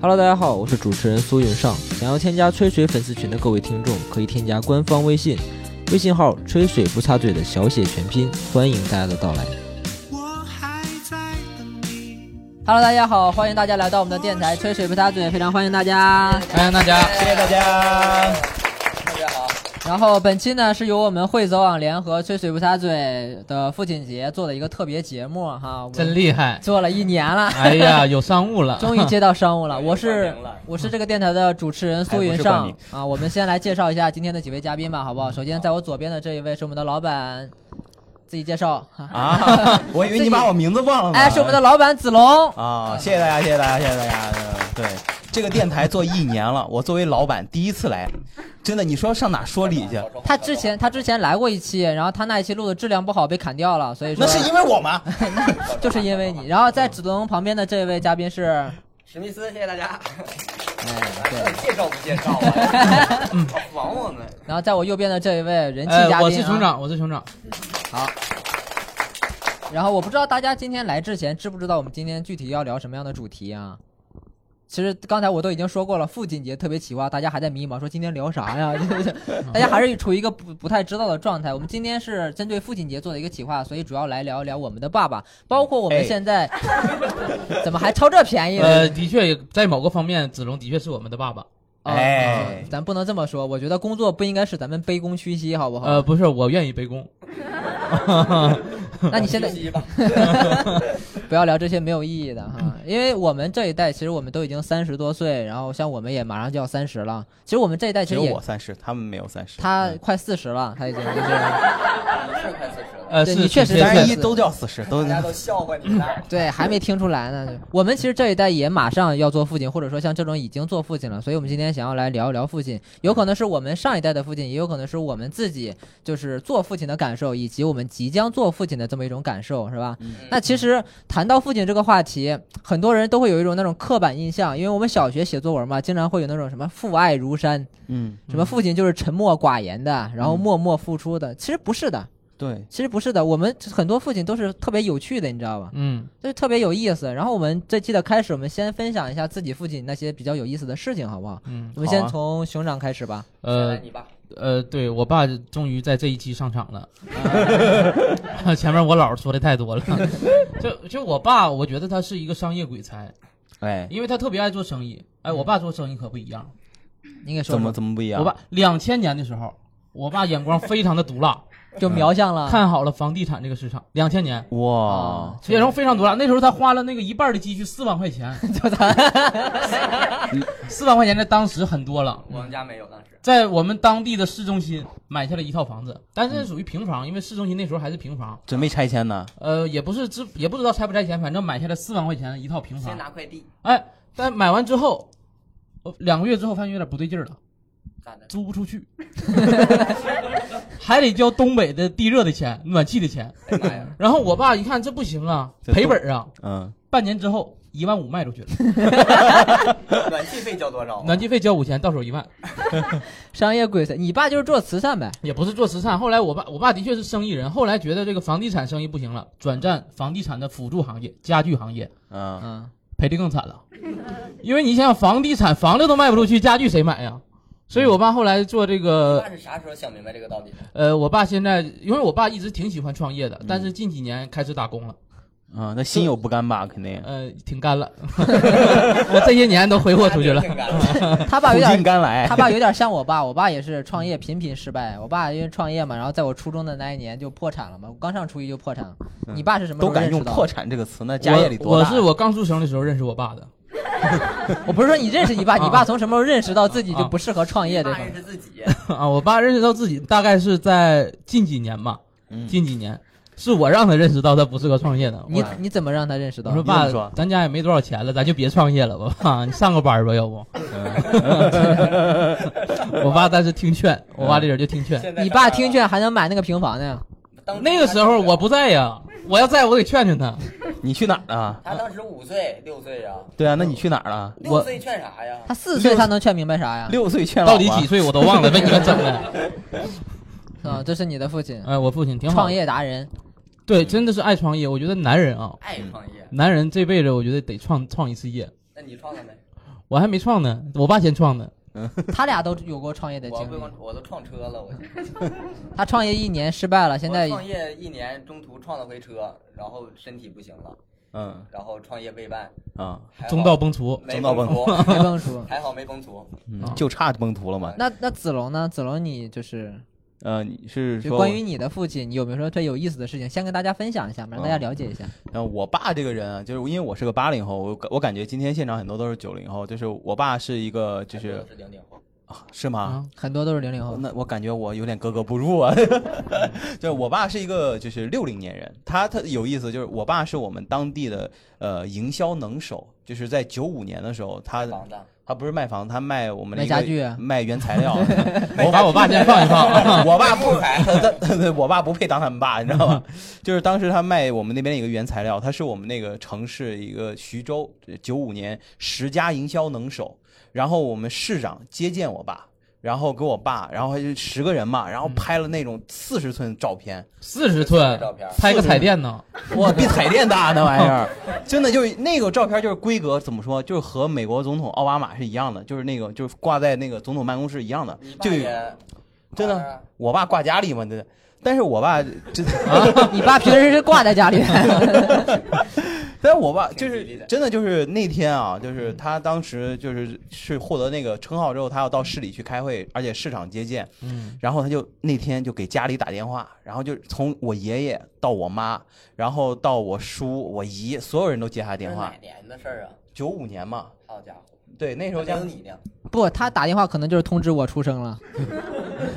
Hello，大家好，我是主持人苏云上。想要添加吹水粉丝群的各位听众，可以添加官方微信，微信号“吹水不插嘴”的小写全拼，欢迎大家的到来。我还在等你。 Hello，大家好，欢迎大家来到我们的电台《吹水不插嘴》，非常欢迎大家。欢迎大家，谢谢大家。然后本期呢是由我们会走网联合《吹水不插嘴》的父亲节做的一个特别节目哈，我们真厉害！做了一年了， 哎呀，有商 务了，终于 接到商务哎了。我是冠名了哎我是这个电台的主持人苏云还不上是啊，我们先来介绍一下今天的几位嘉宾吧，好不好？首先在我左边的这一位是我们的老板，自己介绍。 啊！我以为你把我名字忘了呢。哎，是我们的老板子龙，啊！谢谢大家，谢谢大家，谢谢大家。嗯对，这个电台做一年了，我作为老板第一次来，真的，你说上哪说理去？他之前他之前来过一期，然后他那一期录的质量不好被砍掉了，所以说那是因为我吗？哎就是因为你。然后在子龙旁边的这位嘉宾是，史密斯，谢谢大家。哎，对。介绍不介绍 啊？王我们然后在我右边的这一位人气哎，嘉宾、啊我是熊。掌，我是熊掌，然后我不知道大家今天来之前知不知道我们今天具体要聊什么样的主题啊？其实刚才我都已经说过了，父亲节特别企划，大家还在迷茫，说今天聊啥呀？ 就是大家还是处于一个不不太知道的状态。我们今天是针对父亲节做的一个企划，所以主要来聊一聊我们的爸爸，包括我们哎现在、怎么还抄这便宜呢？呃，的确在某个方面，子龙的确是我们的爸爸。啊哎咱不能这么说，我觉得工作不应该是咱们卑躬屈膝，好哦不好？呃，不是，我愿意卑躬。那你现在 不要聊这些没有意义的哈，因为我们这一代其实我们都已经三十多岁，然后像我们也马上就要三十了。其实我嗯们这一代其只实有也我三十，他们没有三十。他快四十了，他已经就是呃，对是你确实是三是十一都叫四十，都大家都笑话你们俩。对还没听出来呢。我们其实这一代也马上要做父亲，或者说像这种已经做父亲了，所以我们今天想要来聊一聊父亲，有可能是我们上一代的父亲，也有可能是我们自己就是做父亲的感受，以及我们即将做父亲的这么一种感受，是吧？那其实谈到父亲这个话题，很多人都会有一种那种刻板印象，因为我们小学写作文嘛，经常会有那种什么父爱如山，嗯，什么父亲就是沉默寡言的，然后嗯默默付出的。其实不是的，对，其实不是的，我们很多父亲都是特别有趣的，你知道吧？嗯，就是特别有意思。然后我们这期的开始，我们先分享一下自己父亲那些比较有意思的事情，好不好？嗯，我们好啊先从熊掌开始吧。呃你吧，呃，对我爸终于在这一期上场了。前面我姥儿说的太多了，就就我爸，我觉得他是一个商业鬼才，哎，因为他特别爱做生意。哎，我爸做生意可不一样，你给说怎么说，怎么不嗯一样？我爸两千年的时候，我爸眼光非常的毒辣，就瞄向嗯了看好了房地产这个市场。两千年。哦哇，眼光非常毒辣。那时候他花了那个一半的积蓄四万块 钱，嗯 四万块钱在当时很多了。我们家没有当时。在我们当地的市中心买下了一套房子，但是属于平房，因为市中心那时候还是平房，准备拆迁呢？呃，也不是知也不知道拆不拆迁，反正买下来四万块钱一套平先房。拿块地，哎，但买完之后，呃两个月之后发现有点不对劲儿了，咋的？租不出去， 还得交东北的地热的钱、暖气的钱。哎妈呀！然后我爸一看这不行啊，这赔东本啊，嗯，半年之后一万五卖出去了。 暖气费交多少？啊暖气费交五千，到手一万，商业鬼才，你爸就是做慈善呗。也不是做慈善。后来我爸，我爸的确是生意人，后来觉得这个房地产生意不行了，转战房地产的辅助行业、家具行业，嗯，嗯，赔的更惨了。因为你想想，房地产房子都卖不出去，家具谁买呀？所以我爸后来做这个那，是啥时候想明白这个道理的？呃，我爸现在，因为我爸一直挺喜欢创业的，但是近几年开始打工了，嗯，那心有不甘吧？肯定，呃，挺干 了，我这些年都挥霍出去 了挺。干的嗯他爸苦有 点尽甘来他。爸有点像我爸，我爸也是创业频频失败。我爸因为创业嘛，然后在我初中的那一年就破产了嘛，我刚上初一就破产了。嗯你爸是什么时都候认敢识用到的破？产这个词，那家业里我多我大？啊是我刚出生的时候认识我爸的， 我不是说你认识 你爸，啊你爸从什么时候认识到自己就不适合创业这爸方面认？识自己，啊，我爸认识到自己大概是在近几年吧，嗯 近几年是我让他认识到他不适合创业的。你我你怎么让他认识到我说你怎么爸说，咱家也没多少钱了，咱就别创业了吧，爸，你上个班吧，要不？ 我爸但是听劝，我爸这人就听劝。现在你爸听劝还能买那个平房呢？当时那个时候我不在呀，我要在我得劝劝他。你去哪儿了？他当时五岁六岁呀，嗯对啊，那你去哪儿了？六岁劝啥呀？他四岁他能劝明白啥呀？六岁劝老嗯到底吧几岁我都忘了，被你们整的。啊，这是你的父嗯亲，哎，我父亲挺好的，创业达 人。对，真的是爱创业。我觉得男人啊，爱创业，男人这辈子我觉得得创创一次业。那你创了没？我还没创呢，我爸先创的。他俩都有过创业的我经不历用，，我都创车了，我现在他创业一年失败了，现在我创业一年，中途创了回车，然后身体不行了，嗯然后创业被办，啊，还好中道崩殂，没中道崩崩殂，。没蹦出还好没崩殂。嗯就差崩图了嘛。那那子龙呢？子龙，你就是呃，你是就说关于你的父亲，你有没有说特有意思的事情，先跟大家分享一下嘛，让大家嗯了解一下。然后呃我爸这个人啊，就是因为我是个八零后，我感我感觉今天现场很多都是九零后，就是我爸是一个就还是不是零零后，啊是吗？啊，很多都是零零后，那我感觉我有点格格不入啊。 就是我爸是一个就是六零年人，他他有意思，就是我爸是我们当地的呃营销能手，就是在九五年的时候，他房子他不是卖房，他卖我们的卖一个家具啊卖原材料。 我把我爸先放一 放。我爸不木材，我爸不配当他们爸，你知道吧？ 就是当时他卖我们那边的一个原材料，他是我们那个城市一个徐州九五年十佳营销能手，然后我们市长接见我爸。然后给我爸，然后还是十个人嘛，然后嗯拍了那种四十寸照片，四十寸照片拍个彩电呢，哇，比彩电大那玩意儿， 真的就是那个照片就是规格怎么说，就是和美国总统奥巴马是一样的，就是那个就是挂在那个总统办公室一样的你，爸就有也真的啊我爸挂家里嘛，真的。但是我爸真的，你爸平时是挂在家里，但是我爸就挺吉利是的真的就是那天啊，就是他当时就是是获得那个称号之后，他要到市里去开会，而且市场接见，嗯，然后他就那天就给家里打电话，然后就从我爷爷到我妈，然后到我叔、我姨，所有人都接他这电是话哪。年的事儿啊？九五年嘛，好家伙，对，那时候还没家有你呢， 不，他打电话可能就是通知我出生了。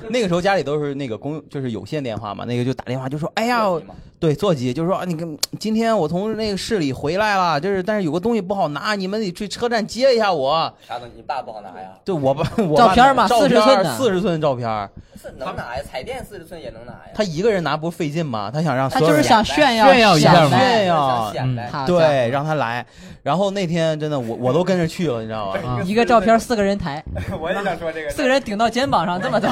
那个时候家里都是那个公就是有线电话嘛，那个就打电话就说，哎呀，有你吗对，座机就是说，啊你跟今天我从那个市里回来了，就是但是有个东西不好拿，你们得去车站接一下我。啥东西？你爸不好拿呀？对我爸，我照片嘛四40寸的四十寸照片儿，是能拿呀，彩电四十寸也能拿呀。他一个人拿不是费劲吗？他想让他所有就是人想炫耀炫耀一下嘛显摆炫耀想显嗯摆，好家对让他来。然后那天真的我我都跟着去了，你知道吗？啊伙一个照片四个人抬， 我也想说这个四个人顶到肩膀上这 么走。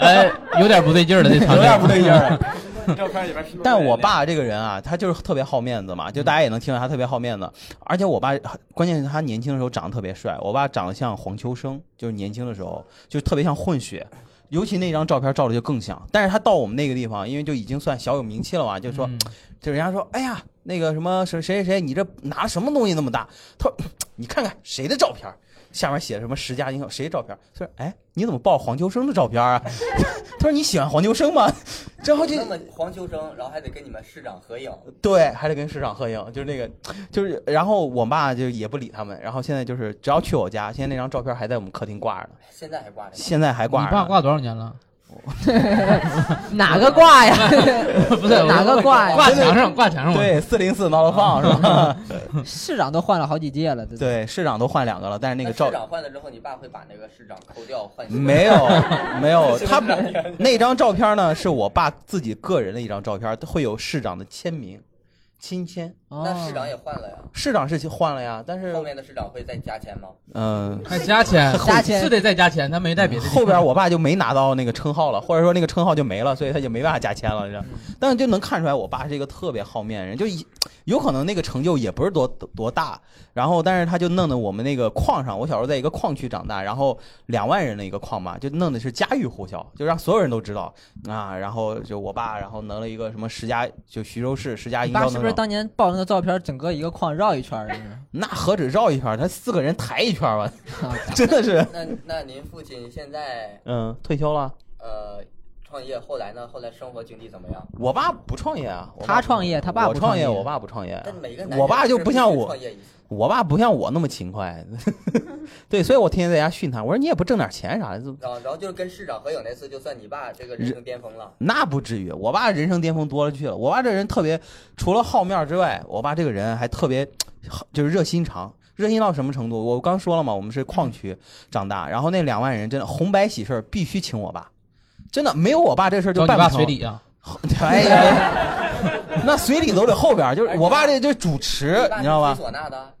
哎，有点不对劲儿了，这场景有点不对劲儿。 照片里边是但我爸这个人啊，他就是特别好面子嘛，就大家也能听到他特别好面子。而且我爸，关键是他年轻的时候长得特别帅，我爸长得像黄秋生，就是年轻的时候就特别像混血。尤其那张照片照的就更像，但是他到我们那个地方，因为就已经算小有名气了嘛，就说，嗯就人家说，哎呀，那个什么谁谁谁，你这拿什么东西那么大？他说， 你看看谁的照片儿，下面写什么十佳影响谁的照片儿？他说，哎，你怎么报黄秋生的照片儿啊？ 他说你喜欢黄秋生吗？然后就那么黄秋生，然后还得跟你们市长合影，对，还得跟市长合影，就是那个，就是，然后我爸就也不理他们，然后现在就是只要去我家，现在那张照片还在我们客厅挂着呢，现在还挂着呢。现在还你挂着呢。爸挂多少年了？ 哪个挂呀？ 不是哪个挂呀挂墙上，挂墙上。，对，四零四闹闹放是吧？ 市长都换了好几届了，对对，市长都换两个了，但是那个市照长换了之后，你爸会把那个市长抠掉换新的没有 没有，他是不是那张照片呢是我爸自己个人的一张照片，会有市长的签名，亲签。哦那市长也换了呀。市长是换了呀，但是后面的市长会再加钱吗？嗯。还加钱，加钱是得再加钱，他没带别的地方。后边我爸就没拿到那个称号了，或者说那个称号就没了，所以他就没办法加签了。你知道，但是就能看出来，我爸是一个特别好面的人，就一有可能那个成就也不是多多大，然后但是他就弄得我们那个矿上，我小时候在一个矿区长大，然后两万人的一个矿嘛，就弄的是家喻户晓，就让所有人都知道啊。然后就我爸，然后能了一个什么十佳，就徐州市十佳你营销爸能是不是手，当年抱那个照片，整个一个框绕一圈儿？那何止绕一圈儿，他四个人抬一圈儿吧， 啊真的是，那那您父亲现在嗯，退休了。呃创业，后来呢？后来生活经济怎么样？我爸不创业啊，我他不创业他爸我不创创业我爸不创业。但每个男人我爸就不像是必须我创，业一次我爸不像我那么勤快， 对，所以我天天在家训他，我说你也不挣点钱啥的，这然后然后就是跟市长合影那次，就算你爸这个人生巅峰了。那不至于。我爸人生巅峰多了去了，我爸这人特别，除了好面之外，我爸这个人还特别，就是热心肠，热心到什么程度？我刚说了嘛，我们是矿区长大，然后那两万人真的红白喜事儿必须请我爸，真的没有我爸这事儿找就你办爸不成随。 礼啊！哎 呃呀，那随礼都得后边儿，就是我爸这这主持，你知道吧？你爸是吹唢呐的，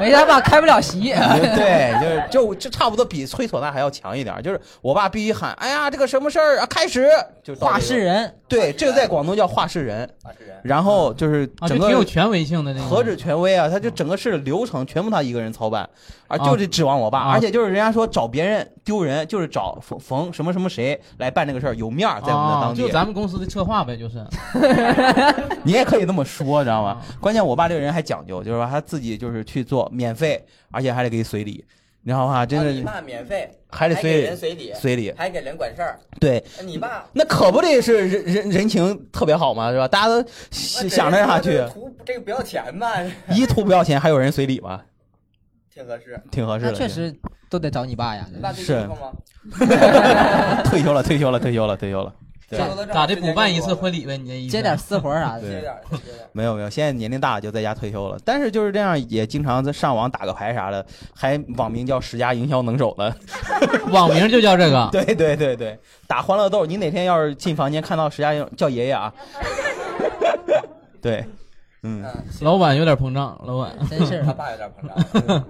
没他爸开不了席。 对，就是就就差不多比吹唢呐还要强一点儿。就是我爸必须喊，哎呀，这个什么事儿啊，开始就话事，人，对，这个在广东叫话事人。啊是人。然后就是啊，就整挺有个权威性的那个。何止权威啊，他就整个事的流程全部他一个人操办，啊，就得指望我爸。啊而且就是人家说找别人丢人，就是找冯冯什么什么谁来办这个事儿，有面儿在我们的啊当地。就咱们公司的策划呗，就是。你也可以这么说，知道吗啊？关键我爸这个人还讲究，就是说他自己就是去做免费，而且还得给随礼，你知道吗？真啊你的爸免费，还得给随人礼，随礼，随礼。还给人管事儿。对，啊你爸那可不得是人人人情特别好嘛， 是吧？大家都啊想想着啥去，图这个不要钱嘛，一图不要钱，还有人随礼嘛，挺合适。挺合 适那的。确实都得找你爸呀。你爸最是近痛吗？ 退休了，退休了，退休了，退休了。对差不多这样咋的？补办一次婚礼呗？你这意思接点私活儿啥的对，接点儿，接点儿。没有没有，现在年龄大了就在家退休了，但是就是这样，也经常在上网打个牌啥的，还网名叫十佳营销能手的。。网名就叫这个 对对对对，打欢乐豆，你哪天要是进房间看到十佳营叫爷爷啊。 对，嗯，嗯，老板有点膨胀，老板。真是 他。爸有点膨胀了，嗯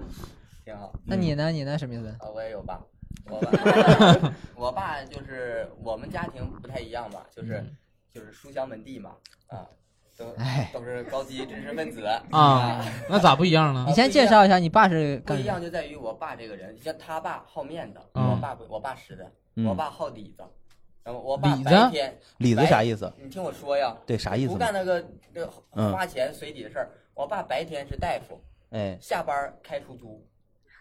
挺好。那你呢？你呢？什么意思？啊，我也有爸，我爸，我爸就是我们家庭不太一样吧，就是就是书香门第嘛，啊，都哎，都是高级知识分子。啊，那咋不一样呢你？先介绍一下，你爸是不干一啥？样就在于我爸这个人，像他爸好面子，嗯我爸不，我爸实在，嗯我爸好里子。然后我爸里子白天，李子啥意思？你听我说呀，对，啥意思不呢？干那个这嗯花钱随礼的事儿。我爸白天是大夫，哎，下班儿开出租，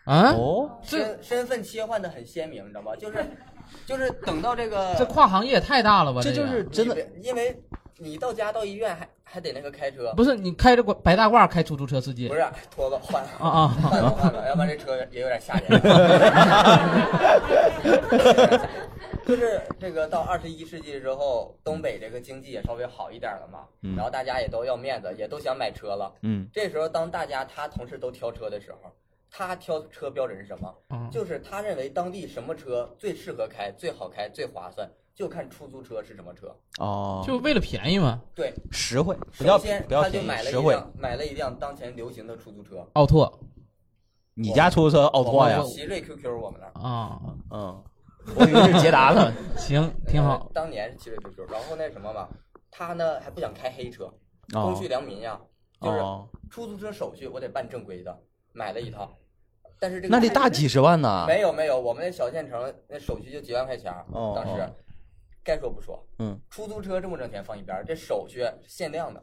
啊，哦，这身身份切换的很鲜明，你知道吗？就是就是等到这个 这跨行业也太大了吧？这就个是真的，，因为你到家到医院还还得那个开车，不是你开着挂白大褂开出租车司机不？是拖个换啊啊换了换了，要不然这车也有点吓人。 就是这个到二十一世纪之后，东北这个经济也稍微好一点了嘛，嗯然后大家也都要面子，也都想买车了。嗯，这时候，当大家他同事都挑车的时候，他挑车标准是什么？嗯就是他认为当地什么车最适合开、最好开、最划算，就看出租车是什么车。哦，嗯就为了便宜嘛。对，实惠，不首要先不要他就便宜买，了实一惠。辆买了一辆当前流行的出租车，奥拓你家出租车奥拓呀我？奇瑞 QQ 我们那儿啊，嗯， 我以为是捷达 呢。行，挺好呃。当年是奇瑞 QQ，然后那什么嘛，他呢还不想开黑车，公序良民呀，就是哦，出租车手续我得办正规的，买了一套，但是这个那得大几十万呢。没有没有，我们那小县城那手续就几万块钱儿，哦当时哦该说不说，嗯，出租车挣不挣钱放一边儿，这手续限量的，哦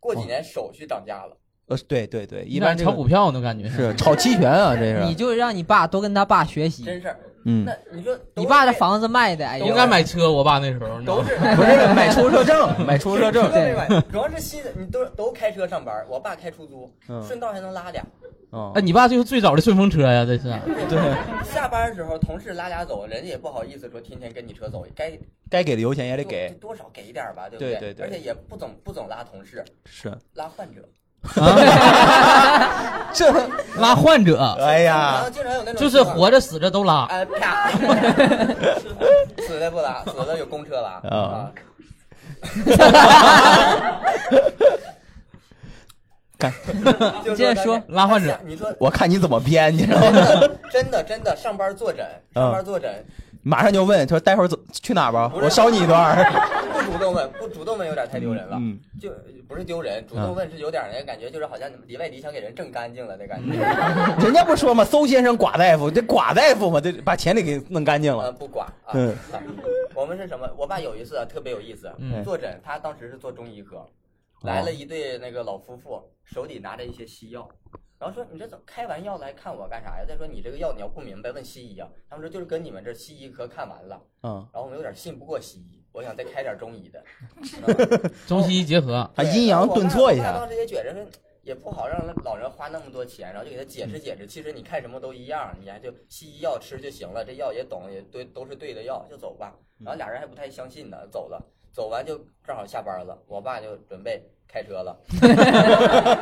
过几年手续涨价了，呃，对对对，一一般这炒个股票呢，感觉是炒期权啊，这你是。就让你爸多跟他爸学真习。事儿。嗯，那你说你爸这这房子卖的，哎应呦，该买车。我爸那时候，你知道都吗是 不是买出租车证，买出租车证。 对吧？主要是新的，你都都开车上班，我爸开出租，嗯顺道还能拉俩。哦哎，，你爸就是最早的顺风车呀，这是。对，下班的时候，同事拉俩走，人家也不好意思说天天跟你车走，该该给的油钱也得得给，多少给一点吧，对不对对对对而且也不总不总拉同事，是拉患者。啊，这，拉患者哎然呀后，经常有那种就是活着死着都拉。哎啪， 死的不拉，死的有公车拉啊。 干， 就接着说拉患者，你说我看你怎么编，你知道真吗？的真的真的上班坐诊，嗯上班坐诊马上就问，说待会儿走去哪儿吧，不是啊我捎你一段儿。不主动问，不主动问有 点太丢人了。嗯，就不是丢人，主动问是有点儿那个感觉，就是好像你们里外里想给人挣干净了那感觉。嗯人家不说嘛，邹先生寡大夫，这寡大夫嘛，这把钱得给弄干净 呃，了。不管啊嗯，我们是什么？我爸有一次啊特别有意思嗯，坐诊，他当时是做中医科，来了一对那个老夫妇，手里拿着一些西药，然后说你这怎么开完药来看我干啥呀？再说你这个药你要不明白问西医啊。他们说就是跟你们这西医科看完了，嗯，然后我们有点信不过西医，我想再开点中医的。中西医结合，还阴阳顿挫一我爸下。啊当时也觉着也不好让老人花那么多钱，然后就给他嗯解释解释，其实你看什么都一样，你还就西医药吃就行了，这药也懂，也对，都是对的药，就走吧。嗯然后俩人还不太相信呢，走了。走完就正好下班了，我爸就准备开车了，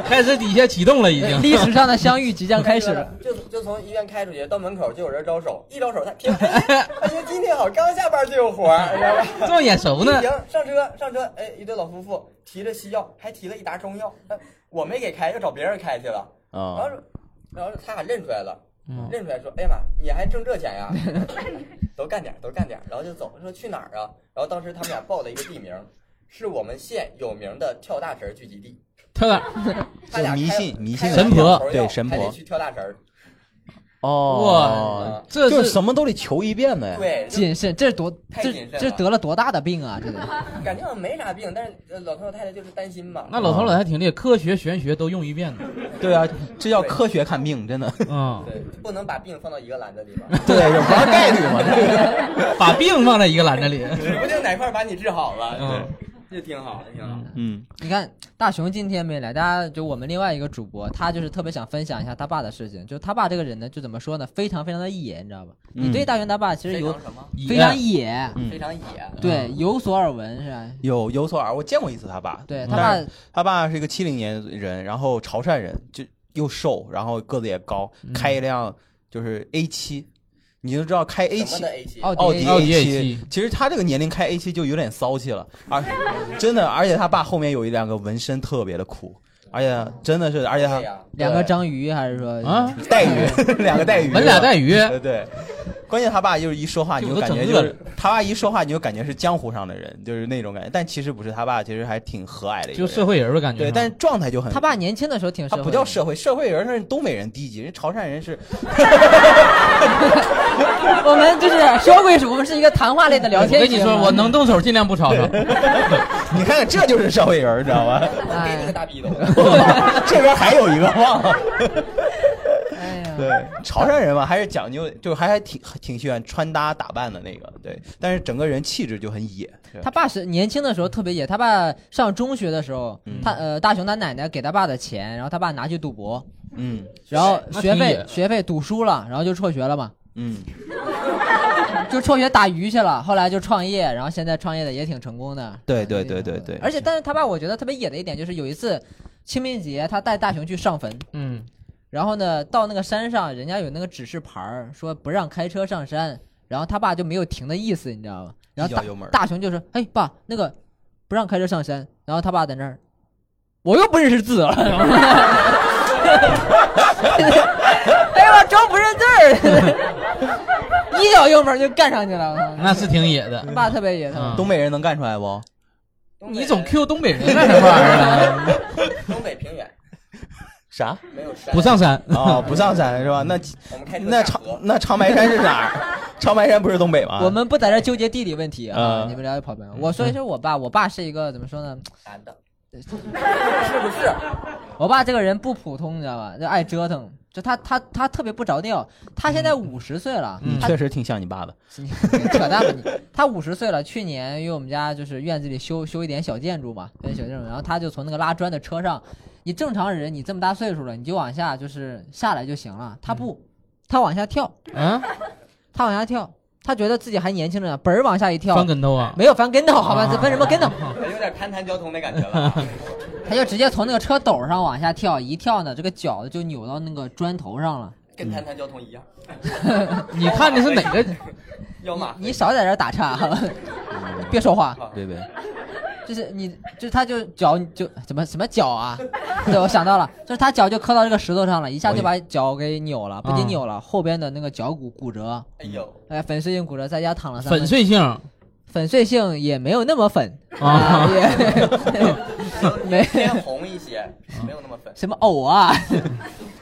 开始底下启动了已经。历史上的相遇即将开始车。了就就从医院开出去，到门口就有人招手，一招手他停，哎，哎呀，今天好，刚下班就有活儿，你知道吧？这么眼熟呢一？停，上车，上车，哎，一对老夫妇提着西药，还提了一沓中药，哎我没给开，又找别人开去了。然后啊，说，然后他还认出来了，嗯认出来说：“哎呀妈，你还挣这钱呀？ 都干点儿，都干点儿。”然后就走，说去哪儿啊？然后当时他们俩报了一个地名，是我们县有名的跳大神儿聚集地。跳哪儿？他俩是迷开信迷开信了神两婆头对药神还得婆去跳大神儿。哦，哇，这就是是什么都得求一遍呗。对，就谨慎，这是多太这谨慎这了得了多大的病啊！这得感觉好像没啥病，但是呃老头老太太就是担心嘛。那老头老太挺厉害，科学玄学都用一遍呢。对啊，这叫科学看病，真的。嗯，对，不能把病放到一个篮子里吧，对，玩概率嘛。这个 把病放在一个篮子里。指 不定哪块儿把你治好了。嗯，对，这挺好，挺好。嗯， 你看大熊今天没来，大家就我们另外一个主播，他就是特别想分享一下他爸的事情。就他爸这个人呢，就怎么说呢，非常非常的野，你知道吧？嗯 你对大熊他爸其实非有常什么？非哎常啊野，嗯非常野。对有所耳闻是吧？有有所耳，我见过一次他爸。对嗯他但爸是他爸是一个七零年人，然后潮汕人，就又瘦，然后个子也高，开一辆就是 A 七，你就知道开 A 什么七的 A 七？奥奥迪奥迪 A A7 其实他这个年龄开 A 七就有点骚气了，而真的，而且他爸后面有一两个纹身特别的酷，而且真的是，而且他对呀，两个章鱼还是说啊，带鱼，两个带 鱼，纹俩带鱼，对对。关键他爸就是一说话你就感觉就就我都整是他爸一说话你就感觉是江湖上的人，就是那种感觉，但其实不是，他爸其实还挺和蔼的一个就人，社会人的感觉。嗯对，但是状态就很他爸年轻的时候挺社他会的，不叫社会，社会人是东北人低级，人潮汕人是 我们就是小鬼是我们是一个谈话类的聊我天啊跟你节说，目我能动手尽量不吵 吵。你看看这就是社会人，知道吗？我给你个大逼斗。这边还有一个忘了。哎 呀，对，潮汕人嘛，还是讲究，就还还挺挺喜欢穿搭打扮的那个，对，但是整个人气质就很野。他爸是年轻的时候特别野，他爸上中学的时候，嗯他呃大雄他奶奶给他爸的钱，然后他爸拿去赌博，嗯然后那学挺费野学费赌输了，然后就辍学了嘛，嗯，就辍学打鱼去了，后来就创业，然后现在创业的也挺成功的。对对对对对，而且但是他爸我觉得特别野的一点就是有一次清明节他带大雄去上坟，嗯，然后呢到那个山上人家有那个指示牌儿说不让开车上山，然后他爸就没有停的意思，你知道吗？然后一大脚油门儿大雄就说：“哎爸，那个不让开车上山。”然后他爸在那儿，我又不认识字啊 了。哎呀，我真不认字儿， 一脚油门就干上去了。那是挺野他的。爸特别野，他爸嗯东北人能干出来不？你总 Q 东北人干什么 玩意 儿啊呢？东北平原啥？没有山，不 上山，哦，不上山是吧？那我嗯们开车那下长河那长白山是哪 儿？长白山不是东北吗？我们不在这纠结地理问题啊，啊嗯你们了解跑偏了。我说一说我爸，我爸是一个怎么说呢？呃男的，是不是？我爸这个人不普通，你知道吧？就爱折腾，就他他他特别不着调。他现在五十岁了，你他嗯确实挺像你爸的。你 扯淡吧你！他五十岁了，去年因为我们家就是院子里修修一点小建筑嘛，修一点小建筑，然后他就从那个拉砖的车上，你正常人你这么大岁数了，你就往下就是下来就行了，他不，他往下跳，嗯， 他往下跳，他觉得自己还年轻着呢，嘣儿往下一跳翻，跟头啊。没有翻跟头，好吧，这翻什么跟头？有点攀谈交通的感觉了。啊 他就直接从那个车斗上往下跳，一跳呢，这个脚就扭到那个砖头上了。跟谈谈交通一样。 你看的是哪个？ 要马你少在这儿打岔，好吧？ 别说话，对对，就是你，就是他就脚就怎么什么脚啊？对，我想到了，就是他脚就磕到这个石头上了，一下就把脚给扭了，不嗯仅扭了，后边的那个脚骨骨折，哎呦， 哎，粉碎性骨折，在家躺了三粉分 碎性粉碎性也没有那么粉啊，也 没偏红一些，没有那么粉。什么藕啊。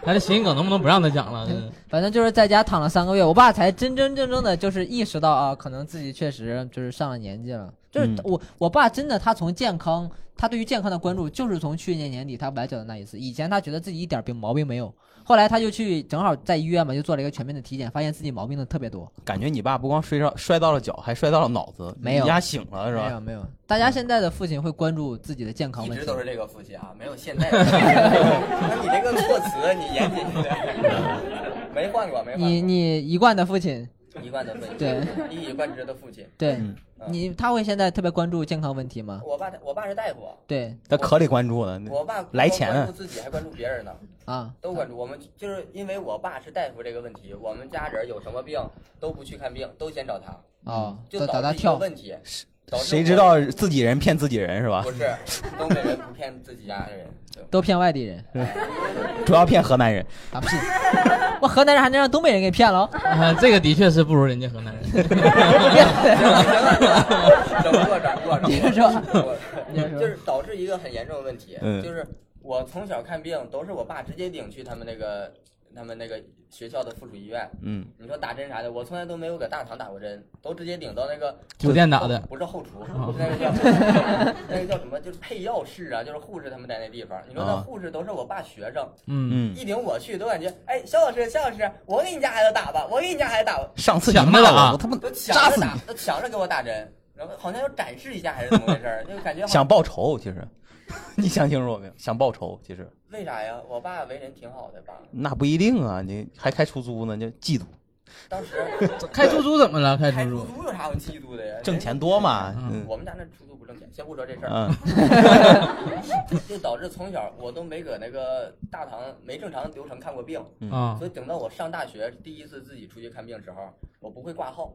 他这谐音梗能不能不让他讲了？ 反正就是在家躺了三个月，我爸才真真正正的就是意识到啊，可能自己确实就是上了年纪了。就是嗯我、我爸真的，他从健康，他对于健康的关注，就是从去年年底他崴脚的那一次。以前他觉得自己一点病毛病没有，后来他就去正好在医院嘛，就做了一个全面的体检，发现自己毛病的特别多。感觉你爸不光摔到摔到了脚，还摔到了脑子，没有你家醒了是没吧？有没有，大家现在的父亲会关注自己的健康一问直题都。是这个父亲啊，没有 现在的父亲。那你这个措辞，你严谨一 点，没换过，没换过。你你一贯的父亲，一贯的父亲，对，一以贯之的父亲。对、嗯你他会现在特别关注健康问题吗？我爸，我爸是大夫，对他可得关注了。我爸来啊钱关注自己，还关注别人呢，啊，都关注。我们就是因为我爸是大夫这个问题，我们家人有什么病都不去看病，都先找他，嗯哦，就就打导他致一个跳，问题。导致谁知我？道自己人骗自己人是吧不？是，东北人不骗自己家的人。对都骗外地人主要骗河南人。啊！屁， 我河南人还能让东北人给骗了？ 啊，这个的确是不如人家河南人。整过整过整过，你说我就是导致一个很严重的问题，嗯就是我从小看病都是我爸直接领去他们那个他们那个学校的附属医院。嗯，你说打针啥的，我从来都没有搁大堂打过针，都直接领到那个酒店打的不是后厨，是啊那个叫那个叫什么，就是配药室啊，就是护士他们在那地方。你说那啊护士都是我爸学生，嗯，嗯，一领我去都感觉，哎，肖老师，肖老师，我给你家孩子打吧，我给你家孩子打吧，上次抢你骂着打啊我，我他妈都抢扎着死打你！，都抢着给我打针，然后好像要展示一下还是怎么回事儿，就感觉好想报仇，其实 你想清楚没有？想报仇，其实为啥呀？我爸为人挺好的吧？那不一定啊，你还开出租呢，就嫉妒，当时开出租怎么了？开开出出租租有啥我嫉妒的呀？挣钱多嘛。人嗯家。我们家那出租不挣钱，先不说这事儿，嗯， 就导致从小我都没搁那个大堂没正常流程看过病，嗯啊所以等到我上大学第一次自己出去看病时候，我不会挂 号，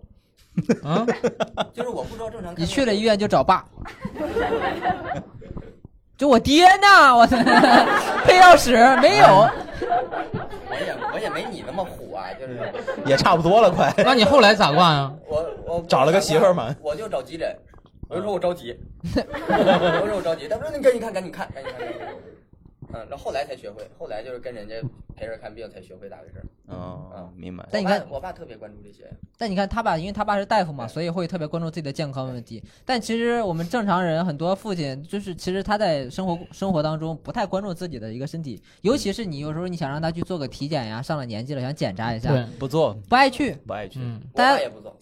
啊！就是我不知道正常看病。你去了医院就找爸，就我爹呢？我操， 配钥匙没有？我也我也没你那么虎啊，就是嗯也差不多了， 快。那你后来咋挂啊呀？我我找了个媳妇儿嘛，我就找急诊，我就嗯说我 着急，我就说我着急，他说你赶紧看，赶紧看，赶紧看，赶紧看。嗯，然后后来才学会，后来就是跟人家陪着看病才学会咋回事儿。嗯，明白。但你我爸看我爸特别关注这些，但你看他爸，因为他爸是大夫嘛，所以会特别关注自己的健康问题。但其实我们正常人很多父亲，就是其实他在生活生活当中不太关注自己的一个身体，尤其是你有时候你想让他去做个体检呀，上了年纪了想检查一下，对，不做，不爱去，不爱去。嗯，我大家爸也不走，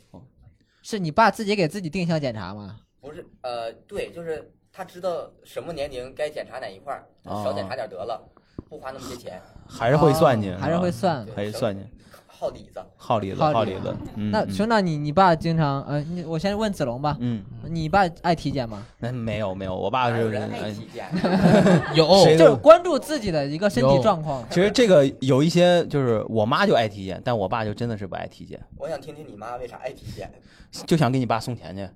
是你爸自己给自己定向检查嘛？不是呃，对，就是他知道什么年龄该检查哪一块儿，哦少检查点得了，不花那么些钱，还是会算计，哦还是会，算。对还是算计，好底子。好里子，好好里里子。嗯那嗯兄长，你你爸经常呃，你我先问子龙吧，嗯，你爸爱体检吗？那没有没有，我爸哪有是人爱哎体检， 有哦谁就是关注自己的一个身体有状况。其实这个有一些就是我妈就爱体检，但我爸就真的是不爱体检，我想听听你妈为啥爱体检。就想给你爸送钱去。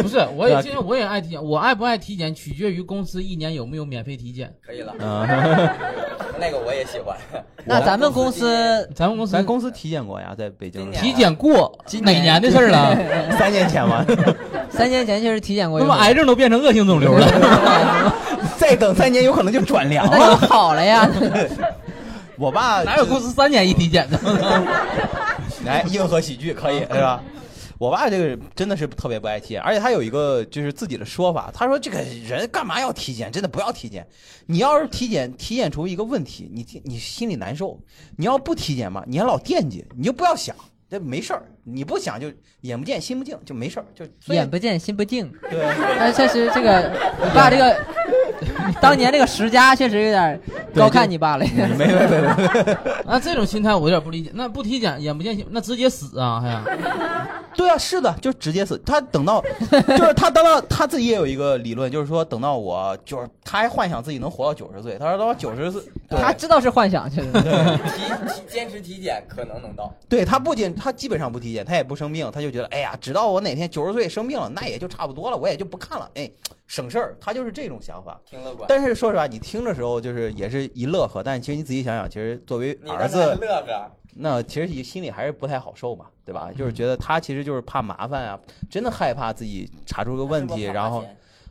不是？我对也啊经常我也爱体检，我爱不爱体检取决于公司一年有没有免费体检。可以了，嗯， 那个我也喜欢。 那咱们公我们司咱们公司咱公司体检过呀，在北京今年体检过今哪年年的事儿了？ 三年前吧，三年前就是体检过一 那回，么癌症都变成恶性肿瘤了。再等三年有可能就转凉那就了。好了呀。我爸 哪有公司三年一体检的？来硬核喜剧可以是吧？我爸这个真的是特别不爱体检，而且他有一个就是自己的说法，他说这个人干嘛要体检？真的不要体检。你要是体检，体检出一个问题，你你心里难受；你要不体检嘛，你还老惦记，你就不要想，这没事儿。你不想就眼不见心不静，就没事儿。就 所以眼不见心不静，对，但确实这个你爸这个当年这个十佳确实有点高看你爸了。没没没没，那这种心态我有点不理解。那不体检眼不见心，那直接死啊！还呀对啊，是的，就直接死。他等到，就是他等到他自己也有一个理论，就是说等到我就是他还幻想自己能活到九十岁，他说等我九十岁，他知道是幻想，确实。体体坚持体检可能能到，对他不仅他基本上不体检，他也不生病，他就觉得哎呀，直到我哪天九十岁生病了，那也就差不多了，我也就不看了，哎，省事儿。他就是这种想法。听乐观。但是说实话，你听的时候就是也是一乐呵，但其实你仔细想想，其实作为你儿让他子，乐呵，那其实也心里还是不太好受嘛，对吧？就是觉得他其实就是怕麻烦啊，真的害怕自己查出个问题，他是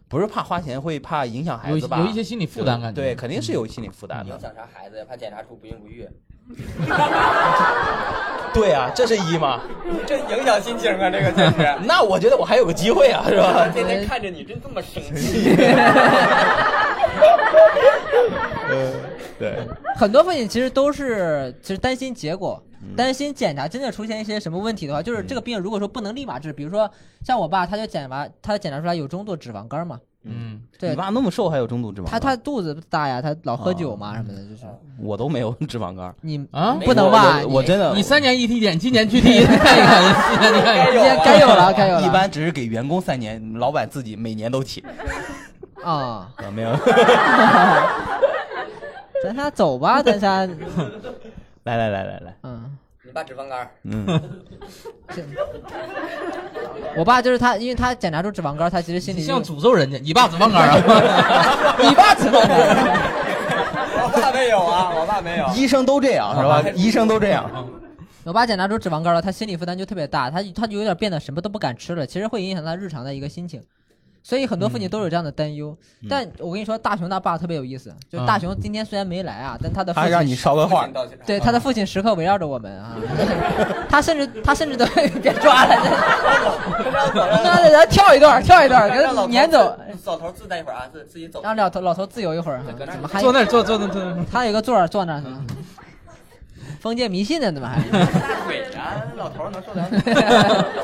不然后不是是怕花钱怕花钱，会怕影响有孩一子吧？有一些心理负担感觉。对，肯定是有心理负担的影。响啥孩子呀？怕检查出不孕不育，嗯对啊，这是一嘛？，这影响心情啊！这个真是 那我觉得我还有个机会啊，是吧？ 天天看着你，真这么生气。 对，很多父亲其实都是其实担心结果，担心检查真的出现一些什么问题的话，就是这个病如果说不能立马治，比如说像我爸，他就检查他检查出来有中度脂肪肝嘛，嗯，对你爸那么瘦还有中度脂肪他肝？他肚子大呀，他老喝酒嘛什么的，就是我都没有脂肪 肝，你啊不能吧？我 我真的你三年一体检，今年 去体检看一看，今年你看一看。你今天该有了，该有了。一般只是给员工三年，老板自己每年都 体啊，啊， 没有。咱仨走 吧，咱仨来来来来来，嗯。 你爸脂肪肝儿，嗯，我爸就是他，因为他检查出脂肪肝，他其实心里你就像诅咒人家，你爸脂肪肝啊？ 你爸脂肪肝。我爸没有啊，我爸没有。医生都这样是吧？医生都这 样， 我爸检查出脂肪肝了，他心理负担就特别大，他他就有点变得什么都不敢吃了，其实会影响他日常的一个心情。所以很多父嗯亲都有这样的担忧，但我跟你说，大雄他爸特别有意思，就是大雄今天虽然没来啊，但他的父嗯他让亲你嗯捎个话，对他的父亲时刻围绕着我们啊， 他甚至他甚至都别抓了， 妈的，咱跳一段跳一段，给他撵走，老头自待一会儿啊，自自己走。让老头老头自由一会儿哈、啊怎么还坐那儿坐坐那儿坐那儿。他有个座儿坐那儿呢，封建迷信呢，怎么还？大鬼啊，老头能受得了？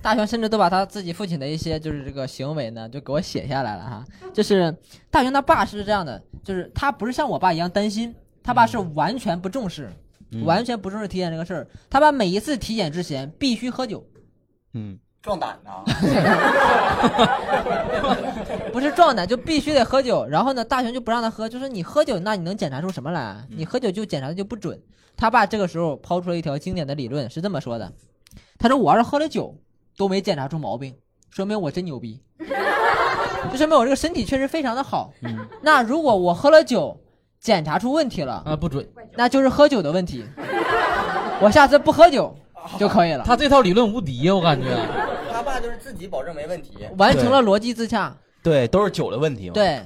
大雄甚至都把他自己父亲的一些就是这个行为呢，就给我写下来了哈。就是大雄他爸是这样的，就是他不是像我爸一样担心，他爸是完全不重视，完全不重视体检这个事儿。他爸每一次体检之前必须喝酒，嗯， 壮胆呢？不是壮胆就必须得喝酒。然后呢，大雄就不让他喝，就说你喝酒，那你能检查出什么来？你喝酒就检查的就不准。他爸这个时候抛出了一条经典的理论，是这么说的：他说我要是喝了酒都没检查出毛病，说明我真牛逼，就说明我这个身体确实非常的好。那如果我喝了酒检查出问题了，啊，不准！那就是喝酒的问题。我下次不喝酒就可以了。他这套理论无敌呀，我感觉。他爸就是自己保证没问题。完成了逻辑自洽。对，都是酒的问题嘛。，对，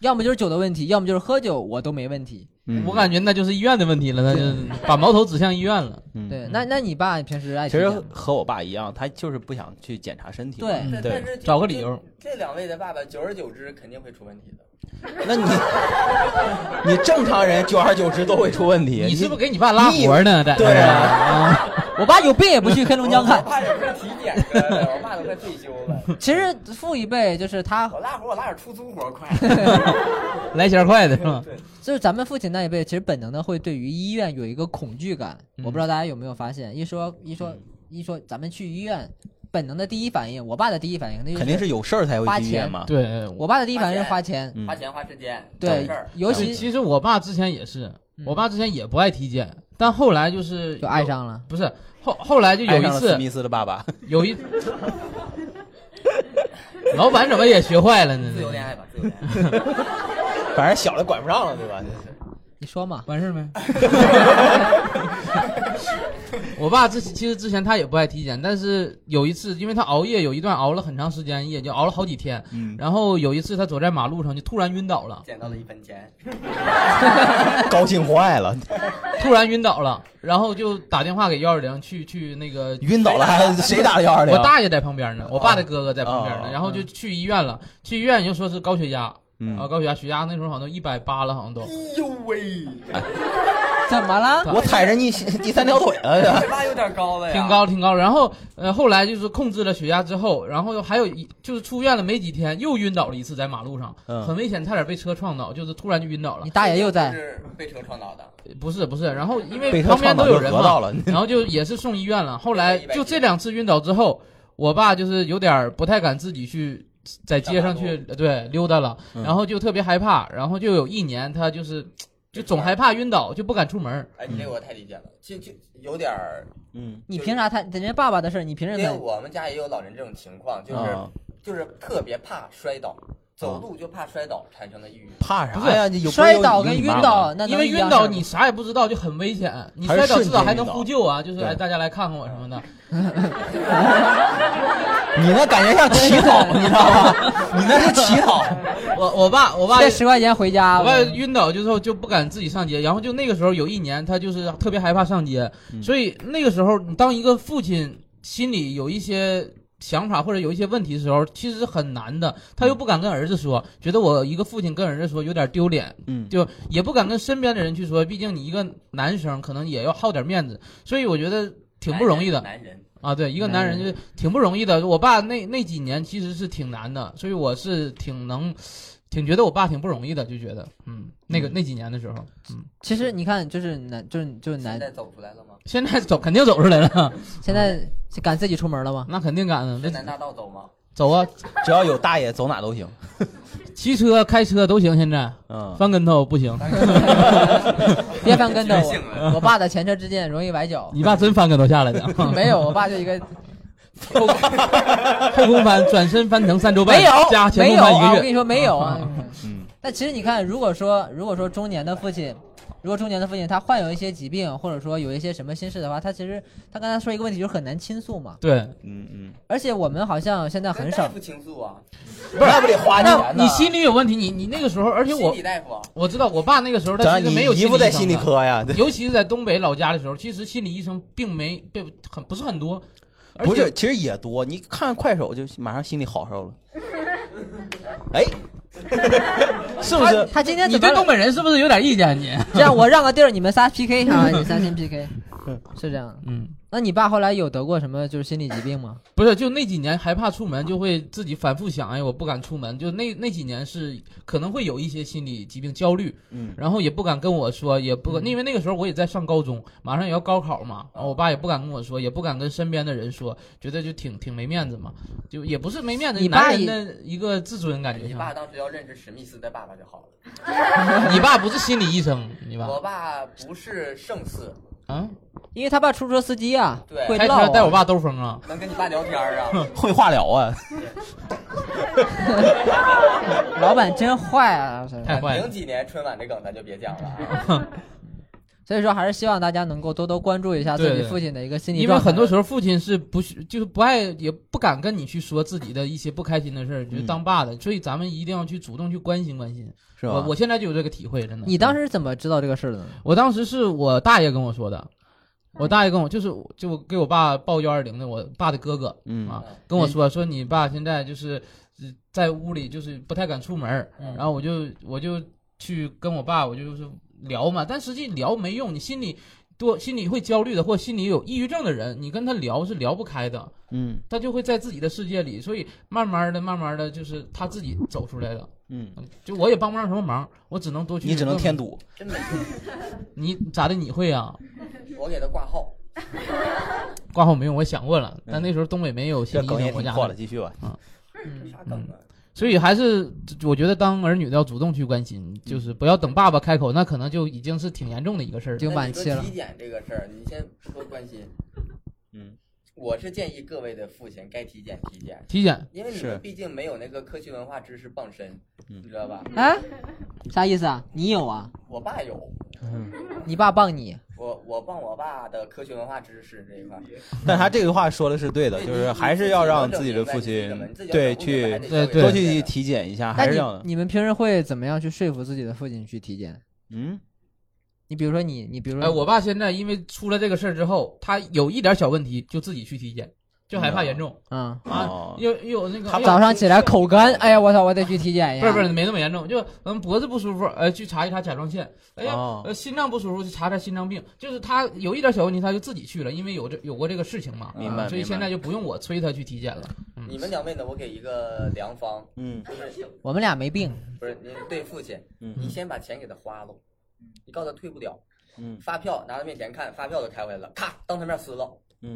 要么就是酒的问题，要么就是喝酒我都没问题。我感觉那就是医院的问题了，那就把矛头指向医院了。嗯对，那那你爸平时爱其实体检 吗和我爸一样，他就是不想去检查身体。对嗯但对，是找个理由这。这两位的爸爸，久而久之肯定会出问题的。那你你正常人久而久之都会出问题。你是不是给你爸拉活呢？在对啊啊，我爸有病也不去黑龙江看 我。爸也不是体检科的，我爸都快退休了。其实父一辈就是他，我拉活，我拉点出租活快。来钱快的是吧？就是咱们父亲那一辈，其实本能的会对于医院有一个恐惧感。我不知道大家有没有发现，一说一说一说咱们去医院，本能的第一反应，我爸的第一反应那就是肯定是有事儿才会去医院嘛。对，我爸的第一反应是花钱。嗯 花钱花时间，对找事儿，尤对其其实我爸之前也是，嗯我爸之前也不爱体检，但后来就是就爱，上了。不是后后来就有爱上一了次史密斯的爸爸， 有一， 老板怎么也学坏了呢？自由恋爱吧，自由恋爱。反正小的管不上了，对吧？你说嘛，完事儿 没？ 我爸之其实之前他也不爱体检，但是有一次，因为他熬夜有一段熬了很长时间夜，就熬了好几天。 嗯，然后有一次他走在马路上就突然晕 倒了，捡到了一分钱，高兴坏了，突然晕倒了，然后就打电话给幺二零去去那个晕倒了还谁打的幺二零？我大爷在旁边呢，我爸的哥哥在旁边哦呢，然后就去医院了。去医院就说是高血压嗯啊，高血压，血压那时候好像一百八了，好像都。哎怎么了？我踩着你第三条腿了，嘴巴有点高哎了呀，挺。高挺高。然后呃，后来就是控制了血压之后，然后还有一就是出院了没几天，又晕倒了一次在马路上，嗯很危险，差点被车撞倒，就是突然就晕倒了你。大爷又在。是被车撞倒的，不是不是，然后因 被为车旁撞边倒都有人就讹到嘛了， 然后就也是送医院了。后来110就这两次晕倒之后，我爸就是有点儿不太敢自己去。在街上去对溜达了，嗯然后就特别害怕，然后就有一年他就是就总害怕晕倒，就不敢出门儿。哎，你这个我太理解了，就就有点儿，嗯，你凭啥他人家爸爸的事儿，你凭什因么为在？我们家也有老人这种情况，就是、啊就是特别怕摔倒，走路就怕摔倒产生的抑郁。怕不啥是呀？这有摔倒跟晕，倒，那能因为一晕样倒是吗你啥也不知道，就很危险。你还是摔倒瞬至少间还晕能倒呼救啊，就是对哎大家来看看我什么的。有你那感觉像乞讨，你知道吗？ 你那是乞讨，我我爸我爸借十块钱回家我吧爸。晕倒之后就不敢自己上街，然后就那个时候有一年他就是特别害怕上街，嗯所以那个时候你当一个父亲心里有一些。想法或者有一些问题的时候，其实很难的。他又嗯不敢跟儿子说，觉得我一个父亲跟儿子说有点丢脸，嗯，就也不敢跟身边的人去说，毕竟你一个男生可能也要好点面子，所以我觉得挺不容哎易的。男人啊，对，一个男男人人就是挺不容易的。我爸那那几年其实是挺难的，所以我是挺能，挺觉得我爸挺不容易的，就觉得，嗯，那个那几年的时候，嗯，其实你看，就是男，就是就是男男，人现在走出来了吗？现在走肯定走出来了， 现嗯在敢自己出门了吗？那肯定敢啊，是那南大道走吗？走啊，只要有大爷走哪都行，骑车、开车都行，现在嗯，翻跟头不行。别翻跟头觉醒了我，我爸的前车之鉴容易崴脚。 你爸真翻跟头下来的， 没有，我爸就一个 后空翻、转身翻腾三周半，没有加，前没空有啊！翻我跟一个你月。说没有啊。嗯但其实你看，如果说如果说中年的父亲，如果中年的父亲他患有一些疾病，或者说有一些什么心事的话，他其实他刚才说一个问题，就是很难倾诉嘛。对，嗯嗯，而且我们好像现在很少跟大夫倾诉啊，不是，那不得花那你心里有问题，你你那个时候，而且心我理大夫啊，我知道，我爸那个时候他咱其实你没有姨夫在心心理医生的，科呀， 对尤其是在东北老家的时候，其实心理医生并没并很不是很多，而不且是，其实也多。你看快手就马上心里好受了。哎，是不是？他今天你怎对东么北人是不是有点意见？你这样？我让个地儿，你们仨 PK 啊，你仨先 PK，是这样的。嗯，那你爸后来有得过什么就是心理疾病吗？不是，就那几年害怕出门，就会自己反复想，哎，我不敢出门。就那那几年是可能会有一些心理疾病、焦虑，嗯然后也不敢跟我说，也不敢，因为那个时候我也在上高中，马上也要高考嘛，哦然后我爸也不敢跟我说，也不敢跟身边的人说，觉得就挺挺没面子嘛，就也不是没面子，你爸男人也的一个自尊感觉你爸像。当时要认识史密斯的爸爸就好 了。你爸不是心理医生，你爸我爸不是胜似，啊，因为他爸出租车司机啊，对会开唠车啊带我爸兜风啊，能跟你爸聊 天儿啊，会化疗啊？ 老板真坏啊！太坏零了。几年春晚的梗咱就别讲了啊。所以说，还是希望大家能够多多关注一下自对己对父亲的一个心理因为状态。很多时候父亲是不需就是不爱也不敢跟你去说自己的一些不开心的事儿，就是当爸的，所以咱们一定要去主动去关心关心。是吧？我我现在就有这个体会，真的。你当时是怎么知道这个事儿的呢？我当时是我大爷跟我说的，我大爷跟我就是就我给我爸报幺二零的，我爸的哥哥嗯啊跟我说说你爸现在就是呃在屋里就是不太敢出门儿，然后我就我就去跟我爸我就是聊嘛，但实际聊没用，你心里多心里会焦虑的，或心里有抑郁症的人，你跟他聊是聊不开的，嗯他就会在自己的世界里，所以慢慢的慢慢的就是他自己走出来了，嗯，就我也帮不上什么忙，我只能多去你只能问添堵。真没，你咋的你会啊？我给他挂号，挂号没用，我想过了，但嗯那时候东北没有心这理医梗也生国挺家破了，的，继续吧。这啥梗啊？所以还是我觉得当儿女的要主动去关心，就是不要等爸爸开口，那可能就已经是挺严重的一个事儿已。经那晚你说期了体。检这个事儿，你先多关心。嗯，我是建议各位的父亲该体检体检，体检因为你是们毕竟没有那个科学文化知识傍身，嗯你知道吧？啊？啥意思啊？你有啊？我爸有，你爸傍你？我我傍我爸的科学文化知识这一块儿，但他这句话说的是对的，对就是你还是你要自己让能整自己明的白父你自己亲怎么你自己要对整明白还去对得教育对多别去人体检一下，那还是你要的。你们平时会怎么样去说服自己的父亲去体检？嗯，你比如说你，你比如说哎，我爸现在因为出了这个事儿之后，他有一点小问题就自己去体检，就害怕严重嗯，哦啊，又又有那个他又早上起来口干，哎呀，我操，我得去体检一不是下。不是没那么严重，就嗯脖子不舒服，呃，去查一查甲状腺，哎呀，哦呃心脏不舒服去查查心脏病，就是他有一点小问题他就自己去了，因为有这有过这个事情嘛，啊明白所以明现白在就不用我催他去体检了。你们两位呢？我给一个良方，嗯，就是我们俩没病，不是您对父亲，嗯你先把钱给他花了，嗯你告诉他退不了，嗯发票拿到面前看，发票都开回来了，咔当他面撕了，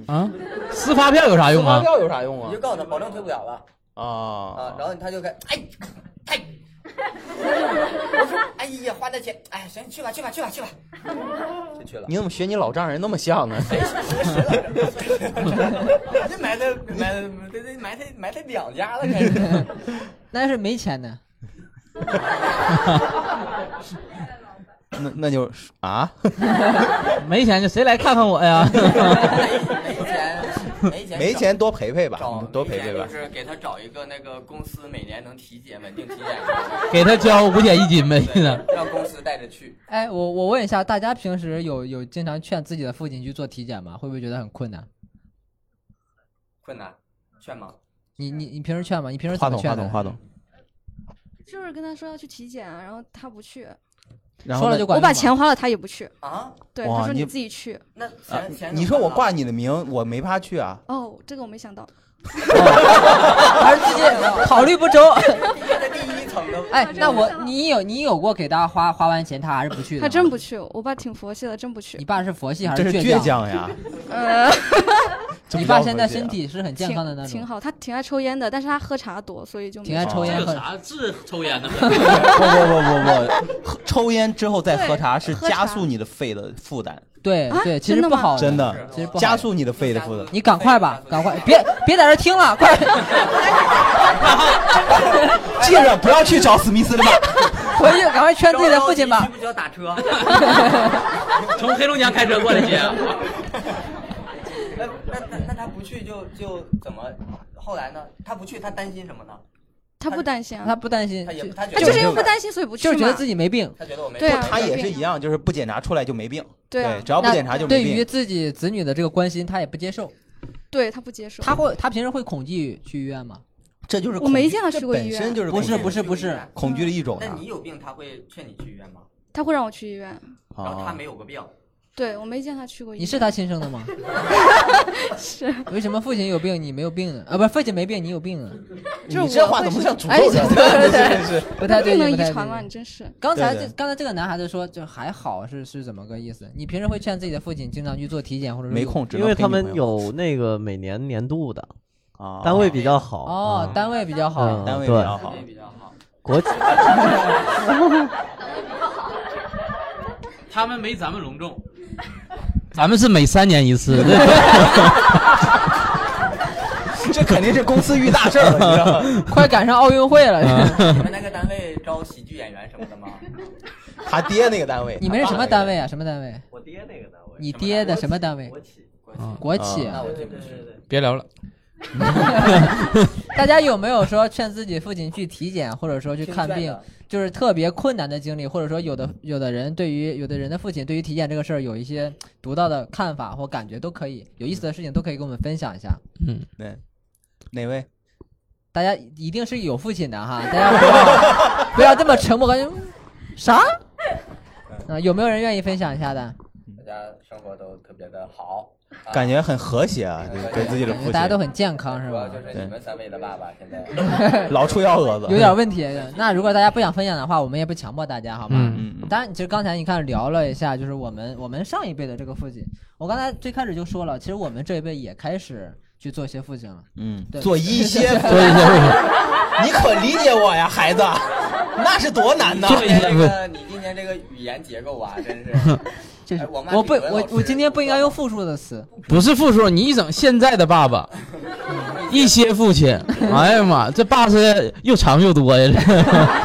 啊，撕发票有啥用发啊？票有啥用你啊就？告诉他保证退不了了啊，然啊，后他就开，哎，哎，我说哎呀花那钱，哎行去吧去吧去 吧去吧，就去了。你怎么学你老丈人那么像呢？这埋汰埋汰这这埋汰埋汰两家了，开始。那是没钱的。那那就是啊，没钱就谁来看看我呀？没钱，没钱，没钱多陪陪找吧，多陪陪吧就。是给他找一个那个公司每年能体检稳定体检给他交五险一金呗，现在的，让公司带着去。哎，我我问一下，大家平时有有经常劝自己的父亲去做体检吗？会不会觉得很困难？困难，劝吗？你你你平时劝吗？你平时话怎么筒劝话的筒？话筒，就是跟他说要去体检啊，然后他不去，然后说了呢就管我用吗。把钱花了，他也不去。啊，对，哇他说你你自己去。那啊钱钱，你说我挂你的名，我没法去啊。哦，这个我没想到。还是自己考虑不周。毕业的第一层的，哎，那我你有你有过给他花花完钱他还是不去的？他真，不去，我爸挺佛系的，真不 去你。爸是佛系还这是是倔？强呀！呃，这你比较爸现在合理啊身体是很健康的那挺挺种，好，他挺爱抽烟的，但是他喝茶多，所以就没挺爱事抽这烟有和啥治抽烟的 吗？啊 不不不不不，抽烟之后再喝茶是喝加茶速你的肺的负担，对啊对，其真实的不吗好真的其实不好加速你的肺的负担。你赶快吧，赶快，别别在这儿听了，快！ 记着不要去找史密斯的吧。回去赶快劝自己的父亲着急 吧需。不需要打车？从黑龙江开车过来接。啊那那那那他不去就就怎么？后来呢？他不去，他担心什么呢？他不担心啊，他不担心他，也就他觉他得就是是因为不担心，所以不去就是觉得嘛自。己没病。他觉得我没对啊事儿他也是一样，就是不检查出来就没病。对啊只要不那检查就对没于病。自己子女的这个关心，他也不接受。对他不接受。他会，他平时会恐惧去医院吗？这就是我没恐惧见他去这过医本院身就是不是恐惧不是不是，啊恐惧的一种那呀你有病，他会劝你去医院吗？他会让我去医院，哦然后他啊没。有个 病，对我没见他去过医院。你是他亲生的吗？是，为什么父亲有病你没有病呢？啊，不是父亲没病你有病啊？就是你这我话会怎么是像诅哎咒人？对对对是是是不太对不能劲，遗不太传嘛，对你劲。真是。刚才对这对刚才这个男孩子说，就还好是是怎么个意思？你平时会劝自己的父亲经常去做体检，或者说没空，只因能为陪他女们朋友有那个每年年度的，啊单位比较好哦，啊单位比较好嗯，单位比对较好这。比较好。国企他们没咱们隆重，咱们是每三年一次，这肯定是公司遇大事儿了，你知道吗？快赶上奥运会了。你们那个单位招喜剧演员什么 的吗？他爹那个单位，你们是什么单位啊？什么单位？我爹那个单位，你爹的什么单位？国企。国企。那我就不去。别聊了。 大家有没有说劝自己父亲去体检，或者说去听看劝病的，就是特别困难的经历，或者说有的有的人对于有的人的父亲对于体检这个事儿有一些独到的看法或感觉都可以，有意思的事情都可以跟我们分享一下。嗯，哪位？大家一定是有父亲的 哈，大家不要不要这么沉默，感觉嗯啥？嗯啊、有没有人愿意分享一下的？大家生活都特别的好，啊感觉很和谐啊，对跟自己的感父觉亲。大家都很健康是主要吧就？是你们三位的爸爸现 在。老出幺蛾子， 有点问题。那如果大家不想分享的话，我们也不强迫大家，好吗？嗯嗯。当然，其实刚才你看聊了一下，就是我们我们上一辈的这个父亲，我刚才最开始就说了，其实我们这一辈也开始去做一些父亲了。嗯对，做一些，你可理解我呀，孩子，那是多难呐！今天这个，你今天这个语言结构啊，真 是。就是哎我妈我不比文老我师嗯我今天不应该用复数的词，不是复数，你一整现在的爸爸， 一些父亲，哎呀妈，这爸是又长又多呀。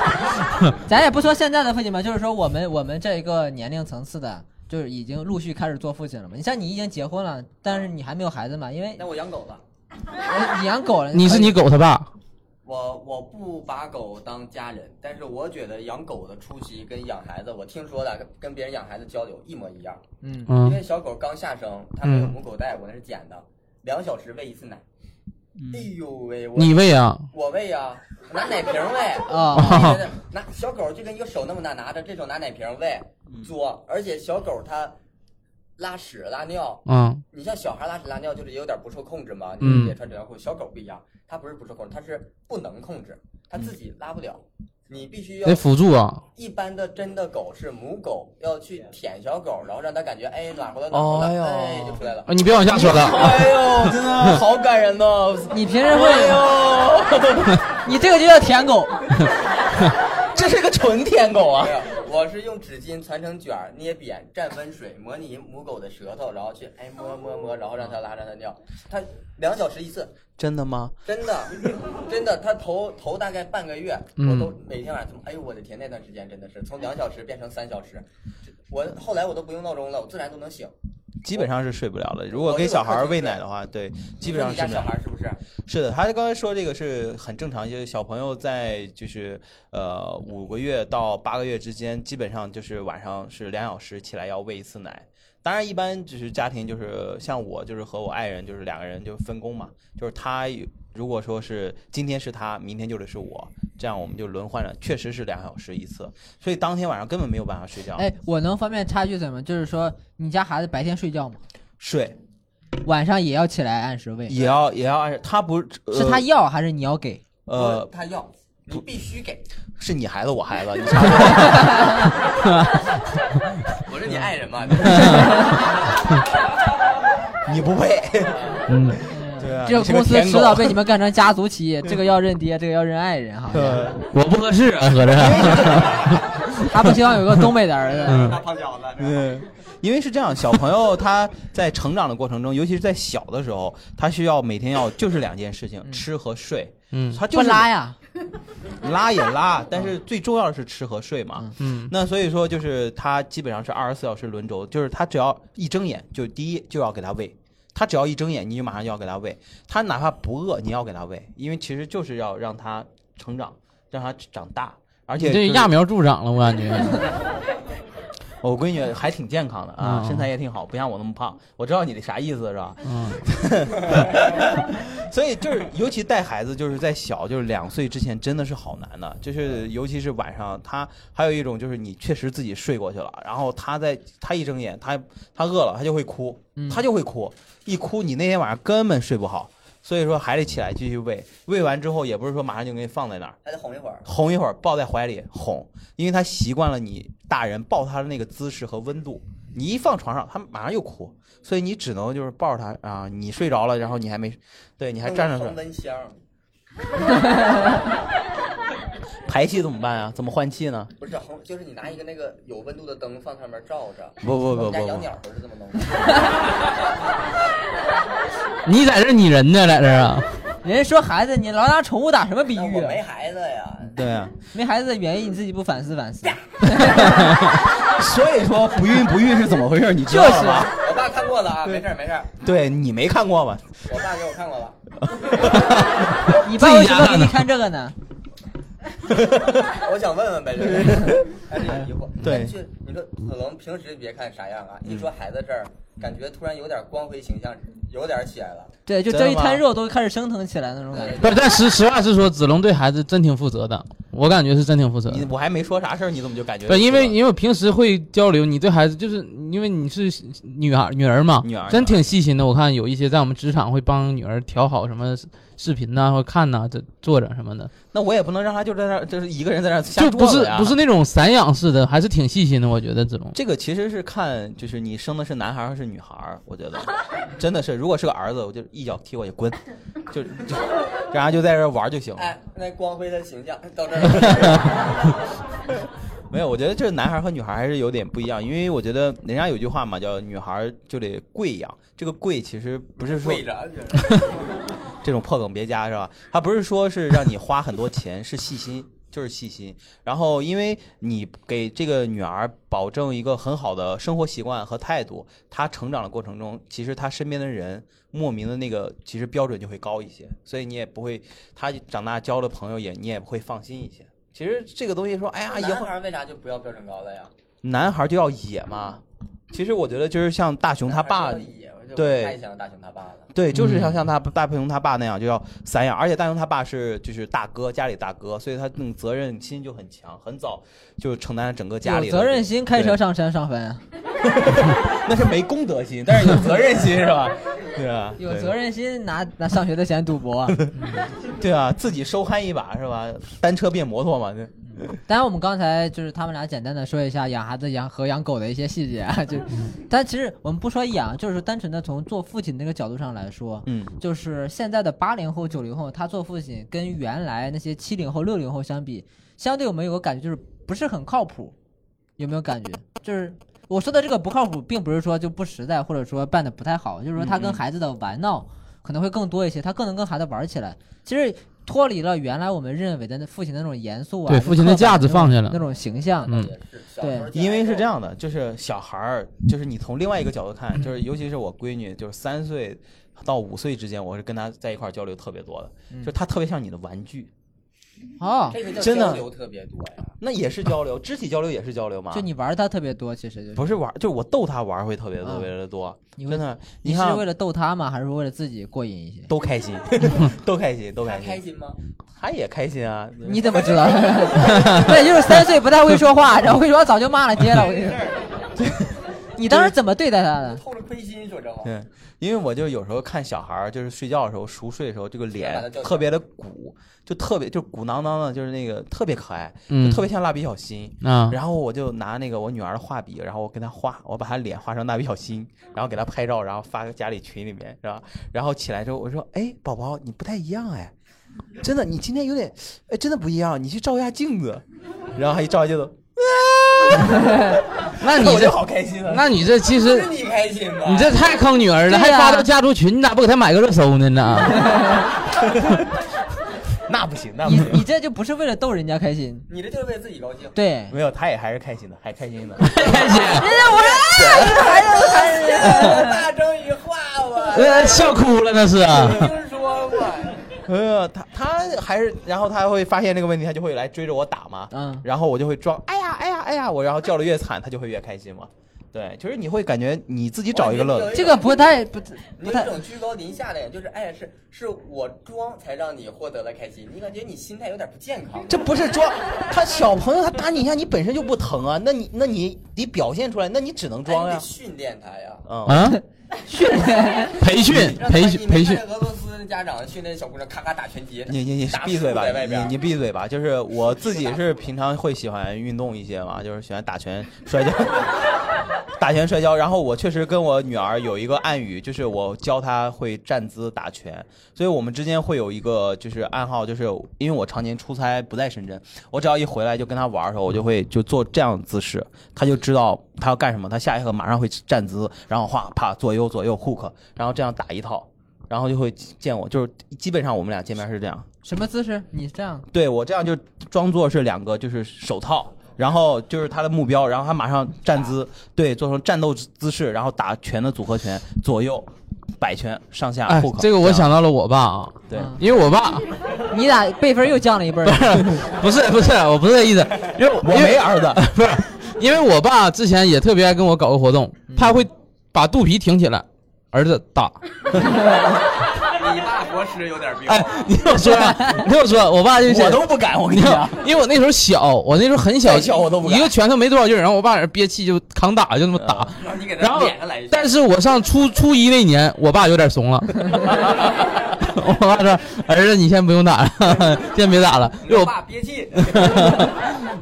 咱也不说现在的父亲吧，就是说我们我们这一个年龄层次的，就是已经陆续开始做父亲了嘛。你像你已经结婚了，但是你还没有孩子嘛，因为那我养狗了，呃你养狗了，你是你狗他爸，我我不把狗当家人，但是我觉得养狗的初期跟养孩子，我听说的跟跟别人养孩子交流一模一样。嗯，嗯因为小狗刚下生，它没有母狗带，我那是捡的，两小时喂一次奶。哎呦喂，我你喂啊？我喂呀，拿奶瓶 喂。啊，觉得拿小狗就跟一个手那么大拿着，这手拿奶瓶喂嘬，而且小狗它拉屎拉尿，嗯你像小孩拉屎拉尿就是也有点不受控制嘛，嗯你也穿纸尿裤，小狗不一样，它不是不受控制，它是不能控制，它自己拉不了，你必须要得辅助啊。一般的真的狗是母狗要去舔小狗，然后让它感觉哎暖和了暖和了，哎呦哎就出来了。啊，你别往下说了。哎呦，真的好感人呐！你平时 会，你这个就叫舔狗，这是个纯舔狗啊没！有，我是用纸巾缠成卷儿，捏扁，蘸温水，模拟母狗的舌头，然后去哎摸摸摸，然后让它拉让它尿。它两小时一次，真的吗？真的，真的，它头头大概半个月，我嗯都每天晚上这么，哎呦我的天，那段时间真的是从两小时变成三小时，我后来我都不用闹钟了，我自然都能醒。基本上是睡不了了。如果给小孩喂奶的话，对，基本上你是家没小有。孩是不是？是的，他刚才说这个是很正常，就是小朋友在就是呃五个月到八个月之间，基本上就是晚上是两小时起来要喂一次奶。当然，一般就是家庭就是像我就是和我爱人就是两个人就分工嘛，就是他如果说是今天是他，明天就是是我，这样我们就轮换着，确实是两小时一次，所以当天晚上根本没有办法睡觉。哎，我能方便插句嘴吗？就是说你家孩子白天睡觉吗？睡晚上也要起来按时喂，也要也要按时，他不是呃是他要还是你要给？呃他要，你必须给，是你孩子 我孩子，你差不多。嗯 我是你爱人嘛。你你不配。嗯， 对啊，这个你是公司舔迟狗早 被你们干成家族企业，这个要认爹，这个要认爱人哈。嗯对我不合适啊，合着。他不希望有个东北的儿子。大胖小子嗯，因为是这样，小朋友他在成长的过程中，尤其是在小的时候，他需要每天要就是两件事情， 吃和睡。嗯他就不是拉呀，拉 也拉，但是最重要的是吃和睡嘛。嗯那所以说，就是他基本上是二十四小时轮轴，就是他只要一睁眼，就第一就要给他喂，他只要一睁眼，你就马上就要给他喂，他哪怕不饿，你要给他喂，因为其实就是要让他成长，让他长大。而且、这揠，苗助长了，我感觉。我闺女还挺健康的啊，嗯身材也挺好，不像我那么胖。我知道你的啥意思是吧？嗯，所以就是，尤其带孩子，就是在小，就是两岁之前，真的是好难的。就是尤其是晚上，他还有一种就是你确实自己睡过去了，然后他在他一睁眼，他他饿了，他就会哭，他就会哭，一哭你那天晚上根本睡不好。所以说还得起来继续喂，喂完之后也不是说马上就给你放在那儿，还得哄一会儿。哄一会儿，抱在怀里哄，因为他习惯了你大人抱他的那个姿势和温度。你一放床上，他马上又哭，所以你只能就是抱着他啊。你睡着了，然后你还没，对你还站着睡送，温香，排气怎么办啊？怎么换气呢？不是红，就是你拿一个那个有温度的灯放上面照着。不不哎不我们不家养不，鸟都是这么 弄的。 你在这儿拟人呢，在这儿啊？人家说孩子，你老拿宠物打什么比那喻我啊？没孩子呀，对啊，没孩子的原因你自己不反思反思？ 所以说不孕不育是怎么回事？你知道了吗？我爸看过了啊，没事儿没事儿，对你没看过吧？我爸给我看过了。 你爸为什么给你看这个呢？我想问问呗，就是 哎还是有疑惑。对嗯但是你说可能平时别看啥样啊，一说孩子这儿，感觉突然有点光辉形象，有点起来了。哎对，就真的这一吗摊肉都开始升腾起来那嗯种感觉。 不是，但实实话实说，子龙对孩子真挺负责的，我感觉是真挺负责你的。我还没说啥事儿，你怎么就感觉？对，因为因为我平时会交流，你对孩子就是因为你是女孩女儿嘛，女儿真挺细心的。我看有一些在我们职场会帮女儿调好什么视频呐、或者看呐、这坐着什么的，那我也不能让他就在那儿，就是一个人在那儿瞎就不桌是子呀不是那种散养式的，还是挺细心的。我觉得 子龙，这个其实是看，就是你生的是男孩儿还是女孩儿，我觉得真的是，如果是个儿子，我就一脚踢过去滚，就就然后就在这儿玩儿就行了。哎，那光辉的形象 到这儿了。 没有，我觉得这男孩儿和女孩儿还是有点不一样，因为我觉得人家有句话嘛，叫女孩儿就得跪养。这个跪其实不是说跪着，这种破梗别加是吧？他不是说是让你花很多钱，是细心， 就是细心。然后因为你给这个女儿保证一个很好的生活习惯和态度，她成长的过程中，其实她身边的人莫名的那个其实标准就会高一些，所以你也不会，她长大交的朋友也你也会放心一些。其实这个东西说， 哎呀，以男后孩儿为啥就不要标准高了呀？男孩就要野嘛。其实我觉得就是像大雄他爸男孩儿也我就对太像大熊他爸了。对，就是像嗯像他大鹏他爸那样，就要散养，而且大鹏他爸是就是大哥，家里大哥，所以他那种责任心就很强，很早就承担了整个家里有的责任心，开车对上山上坟啊， 那是没公德心，但是有责任心是吧？对啊， 有对责任心拿拿上学的钱赌博啊。对啊，自己收憨一把是吧？单车变摩托嘛，对当然，我们刚才就是他们俩简单的说一下养孩子、养和养狗的一些细节啊，就，嗯 但其实我们不说养，就是单纯的从做父亲那个角度上来说，嗯，就是现在的八零后、九零后，他做父亲跟原来那些七零后、六零后相比，相对我们有个感觉就是不是很靠谱，有没有感觉？就是我说的这个不靠谱，并不是说就不实在，或者说办的不太好，就是说他嗯跟嗯孩子的玩闹可能会更多一些，他更能跟孩子玩起来。其实脱离了原来我们认为的那父亲那种严肃啊，对那种父亲的刻板架子那种放下了那种形象，嗯也是小时候见因为过是这样的，就是小孩儿，就是你从另外一个角度看，就是尤其是我闺女，就是三岁到五岁之间，我是跟她在一块儿交流特别多的，就是她特别像你的玩具，哦，这个叫真的交流特别多呀。那也是交流，肢体交流也是交流嘛。就你玩他特别多，其实就是不是玩，就是我逗他玩会特别特啊别的多，你真会。的，你啊是看为了逗他吗？还是为了自己过瘾一些？都 开心，都开心，都他开开心，心吗？他也开心啊。你怎么 知道？ 对，就是三岁不太会说话，然后会说话早就骂了街了。我跟你说，你当时怎么对待他的？透露亏心，说真话。对，因为我就有时候看小孩儿，就是睡觉的时候熟睡的时候，这个把他脸叫醒特别的鼓，就特别就鼓囊囊的，就是那个特别可爱，嗯，特别像蜡笔小新。 啊，然后我就拿那个我女儿的画笔，然后我跟她画，我把她脸画成蜡笔小新，然后给她拍照，然后发家里群里面，是吧？然后起来之后，我说：“哎，宝宝，你不太一样哎，真的，你今天有点，哎，真的不一样，你去照一下镜子。”然后她一照镜子，那你 我这就好开心啊！那你这其实是你开心吧？你这太坑女儿了，还对呀发到家族群，你咋不给她买个热搜呢？呢？ 那不行，那不你行。你这就不是为了逗人家开心，你这就是为自己高兴。对，没有，她也还是开心的，还开心的。开心，大章鱼画我，呃，笑哭了那是啊。 听说过。哎呀，她她还是，然后她还会发现这个问题，她就会来追着我打嘛。嗯，然后我就会装，哎呀，哎呀，哎呀，我然后叫的越惨，她就会越开心嘛。对，就是你会感觉你自己找一个乐子。这个不太不你不有一太种居高临下的，就是哎，是是我装才让你获得了开心，你感觉你心态有点不健康。啊哎这不是装，他小朋友他打你一下，你本身就不疼啊，那你那你得表现出来，那你只能装哎你呀得、训练他呀。嗯，啊，训练，培训让他培你训没培看训见，俄罗斯的家长训练小姑娘咔咔打拳击，你你你打闭嘴吧树在，外你边你闭嘴吧。就是我自己是平常会喜欢运动一些嘛，就是喜欢打拳、摔跤， 打拳摔跤。然后我确实跟我女儿有一个暗语，就是我教她会站姿打拳，所以我们之间会有一个就是暗号，就是因为我常年出差不在深圳，我只要一回来就跟她玩的时候，我就会就做这样的姿势，她就知道她要干什么，她下一刻马上会站姿，然后哗啪左右左右 hook，然后这样打一套，然后就会见我，就是基本上我们俩见面是这样。什么姿势？你这样对我这样就装作是两个就是手套，然后就是他的目标，然后他马上站姿，对，做成战斗姿势，然后打拳的组合拳，左右摆拳上下哎 hook，，这个我样想到了我爸啊，对嗯因为我爸你俩辈分又降了一辈儿了，不是不是，我不是这 意思，因为我我没儿 子，不是，因为我爸之前也特别爱跟我搞个活动，嗯他会把肚皮挺起来，儿子打。嗯你爸国师有点病。哎， 你听我说啊， 你听我说，我爸就是我都不敢，我跟你你知讲道，，因为我那时候小，我那时候很小，太小我都不敢一个拳头没多少劲儿，然后我爸在那憋气就扛打，就那么打。嗯然后你给然他后脸上来一，下，但是我上初初一那年，我爸有点怂 了。我爸说：“儿子，你先不用打了， 先别打了。”就你我，爸 憋气。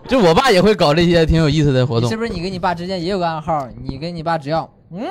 就我爸也会搞这些挺有意思的活动是。不是？你跟你爸之间也有个暗号，你跟你爸只要 嗯，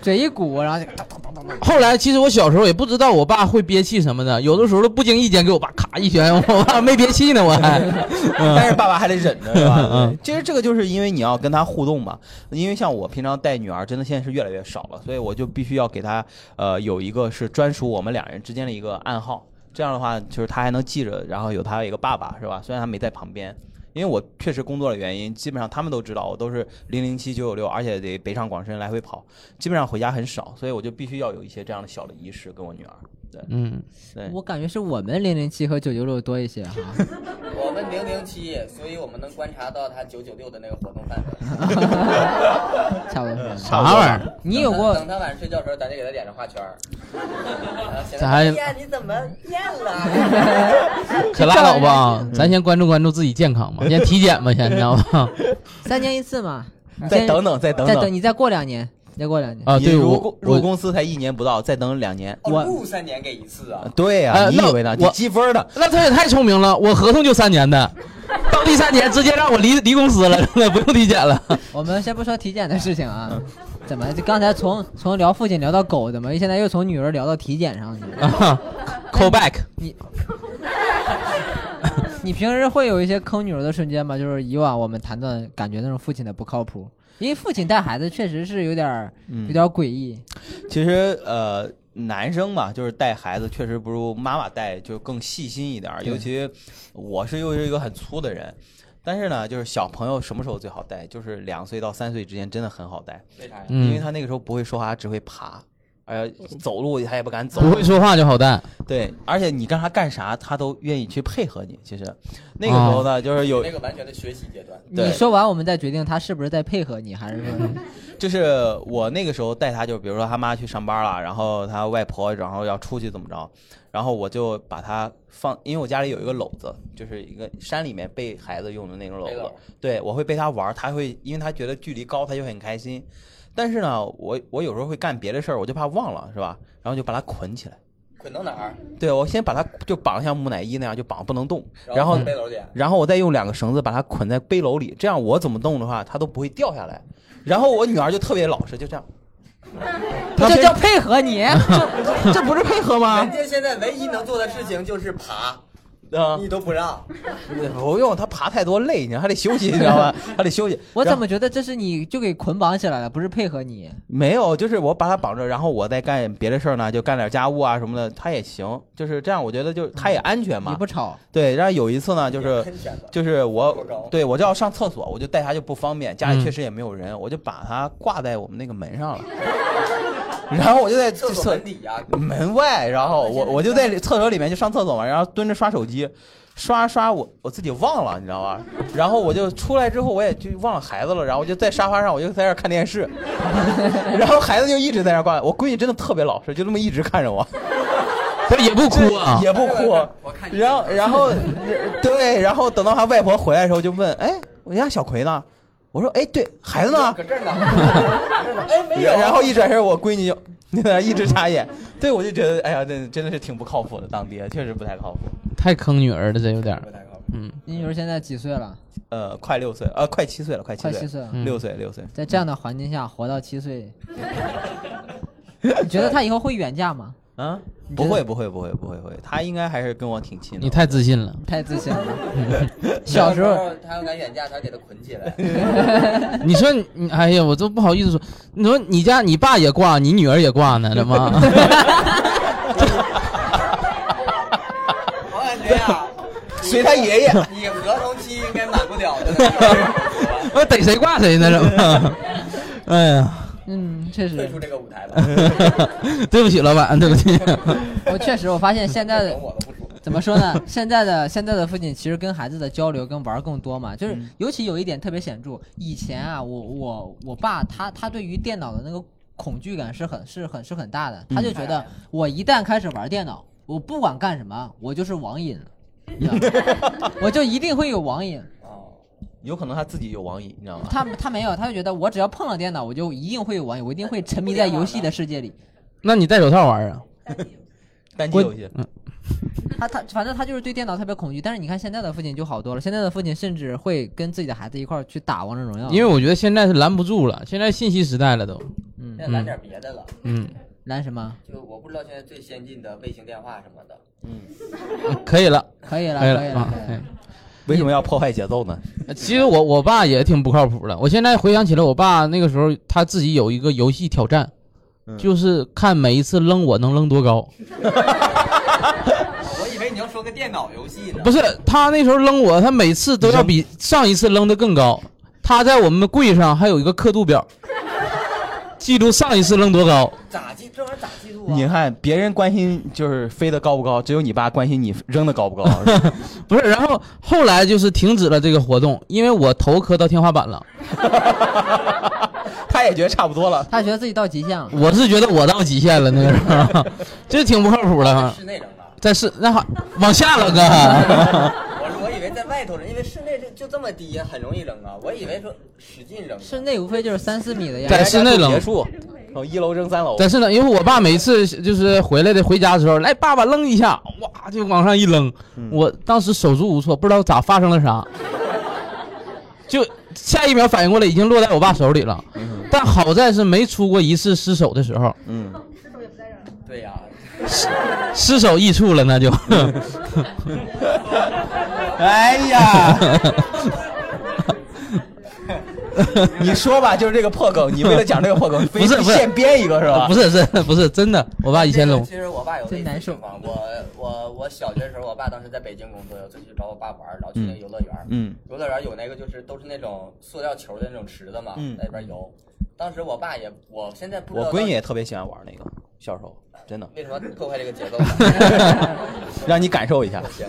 嘴一鼓，然后就哒哒哒哒哒后来其实我小时候也不知道我爸会憋气什么的，有的时候都不经意间给我爸咔一拳，我 爸没憋气呢，我还。 但是爸爸还得忍着，是吧嗯？其实这个就是因为你要跟他互动嘛，因为像我平常带女儿，真的现在是越来越少了，所以我就必须要给她呃有一个是专属我们两人之间的一个暗号，这样的话就是她还能记着，然后有她一个爸爸是吧？虽然她没在旁边。因为我确实工作的原因，基本上他们都知道，我都是零零七九九六，而且得北上广深来回跑，基本上回家很少，所以我就必须要有一些这样的小的仪式跟我女儿。嗯，对，我感觉是我们零零七和九九六多一些啊 哈。我们零零七，所以我们能观察到他九九六的那个活动范围。差不多是。啥玩意儿？你有过等他晚上睡觉的时候，咱就给他脸上画圈儿。然后显得咱还哎呀，你怎么变了？可拉倒吧，咱先关注关注自己健 康吧，先体检吧，先你知道吧？三年一次嘛？你再先等，等，再等再等，你再过两年，再过两年。啊，你对入我公入我公司才一年不到，再等两年。哦，入三年给一次啊！对呀、呃你那以为呢？我你积分的，那他也太聪明了，我合同就三年 的，到第三年直接让我离离公司了，真的不用体检 了。我们先不说体检的事情啊，怎么就刚才从从聊父亲聊到狗，怎么现在又从女儿聊到体检上去了？啊 call back，你你平时会有一些坑女儿的瞬间吗？就是以往我们谈的感觉那种父亲的不靠谱，因为父亲带孩子确实是有点儿嗯有点儿诡异。其实呃，男生嘛，就是带孩子确实不如妈妈带，就更细心一点儿。对尤其我是又是一个很粗的人，但是呢，就是小朋友什么时候最好带？就是两岁到三岁之间真的很好带，为啥呀？因为嗯，他那个时候不会说话，只会爬。呃，走路他也不敢走，不会说话就好带。对，而且你让他干啥，他都愿意去配合你。其实那啊个时候呢，就是有那个完全的学习阶段，对嗯你说完，我们再决定他是不是在配合你，还是说就是我那个时候带他，就比如说他妈去上班了，然后他外婆然后要出去怎么着，然后我就把他放，因为我家里有一个篓子，就是一个山里面背孩子用的那种篓没子了，对我会背他玩儿，他会因为他觉得距离高，他就很开心。但是呢，我我有时候会干别的事儿，我就怕忘了，是吧？然后就把它捆起来。捆到哪儿？对，我先把它就绑像木乃伊那样，就绑不能动，然然后后放背篓里然后我再用两个绳子把它捆在背篓里，这样我怎么动的话，它都不会掉下来。然后我女儿就特别老实，就这样。这她这非叫配合 你，这这不是配合吗人？家现在唯一能做的事情就是爬，啊、你都不让。不用，她爬太多累，你知道还得休息，你知道吧？还得休息。我然怎后么觉得这是你就给捆绑起来了，不是配合你？没有？就是我把她绑着，然后我再干别的事儿呢，就干点家务啊什么的，她也行。就是这样，我觉得就她也安全你嘛。不吵，对，然后有一次呢，就是很浅的就是我多高对我就要上厕所，我就带它就不方便，家里确实也没有人，我就把它挂在我们那个门上了， 然后我就在厕所厕门底啊呀，门外，然后我我就在厕所里面就上厕所嘛，然后蹲着刷手机，刷刷我我自己忘了，你知道吧？然后我就出来之后我也就忘了孩子了，然后我就在沙发上我就在那儿看电视，然后孩子就一直在那儿挂，我闺女真的特别老实，就这么一直看着我。她也不哭啊，也不哭我看。你然后，然后，对，然后等到他外婆回来的时候，就问：“哎，我家小葵呢？”我说：“哎，对孩子呢搁这儿呢， 搁这儿呢哎，？”没有。啊然后一转身，我闺女就那在那一直眨眼。对，我就觉得，哎呀，这真的是挺不靠谱的，当爹确实不太靠谱。太坑女儿了，这有点儿不。太靠谱嗯，你女儿现在几岁了？呃，快六岁，呃，快七岁了，快七快七岁，岁了。嗯六岁，六岁。在这样的环境下活到七岁，你觉得她以后会远嫁吗？啊，觉不得会，不会，不会，不会，不会，他应该还是跟我挺亲的。你太自信了，太自信了。 小时候，他要敢远嫁，他要给他捆起来。你说你，哎呀，我都不好意思说。你说你家你爸也挂，你女儿也挂呢， 怎么？我感觉 呀，随他爷爷。你合同期应该满不了 的，我逮谁挂谁呢？怎么？ 哎呀，嗯，确 退出实，这个舞台吧。对不起，老板，对不起。 我确实，我发现现在的等我都不说。怎么说呢？ 现在的现在的父亲其实跟孩子的交流跟玩儿更多嘛，就是尤其有一点特别显著。以前啊，我我我爸他他对于电脑的那个恐惧感是很是很是很大的，他就觉得我一旦开始玩电脑，我不管干什么，我就是网瘾了，你知道吗我就一定会有网瘾。哦，有可能他自己有网瘾，你知道吗？他他没有，他就觉得我只要碰了电脑，我就一定会有网瘾，我一定会沉迷在游戏的世界里。那你戴手套玩啊？单机游戏，他他反正他就是对电脑特别恐惧，但是你看现在的父亲就好多了，现在的父亲甚至会跟自己的孩子一块儿去打王者荣耀，因为我觉得现在是拦不住了，现在信息时代了都。嗯那来点别的了，嗯，蓝什么就我不知道现在最先进的卫星电话什么的，可以了，可以了，可以可以了了啊，哎可以了。为什么要破坏节奏呢？其实我我爸也挺不靠谱的。我现在回想起来，我爸那个时候他自己有一个游戏挑战，嗯就是看每一次扔我能扔多高。我以为你要说个电脑游戏呢。不是他那时候扔我，他每次都要比上一次扔的更高。他在我们柜上还有一个刻度表，记录上一次扔多高。咋记这玩意儿咋记住啊？你看别人关心就是飞得高不高，只有你爸关心你扔的高不高。不是，然后后来就是停止了这个活动，因为我头磕到天花板了。 他也觉得差不多了。他觉得自己到极限了，我是觉得我到极限了，那个时候， 这挺不靠谱的在。室内扔 的，但是那好，往下了哥， 我我以为在外头扔，因为室内就就这么低，很容易扔啊。我以为说使劲扔，室内无非就是三四米的样在子。室内扔结束，从一楼扔三楼。但是呢，因为我爸每次就是回来的回家的时候，来爸爸扔一下，哇就往上一扔，我当时手足无措，不知道咋发生了啥，就下一秒反应过来已经落在我爸手里了。但好在是没出过一次失手的时候，嗯，对呀、失手易处了那就。哎 呀，你说吧，就是这个破梗，你为了讲这个破梗，非不是得不是现编一个 是吧？不是，是真的不是真的，我啊爸以前这个扔其实我爸有类真似难受情况，我我我小学的时候，我爸当时在北京工作，有次去找我爸玩儿，然后去那个游乐园儿，嗯游乐园儿有那个就是都是那种塑料球的那种池子嘛，嗯在里边游。当时我爸也，我现在不知我道闺女也特别喜欢玩那个，小时候真的，为什么破坏这个节 奏呢。让你感受一下。行，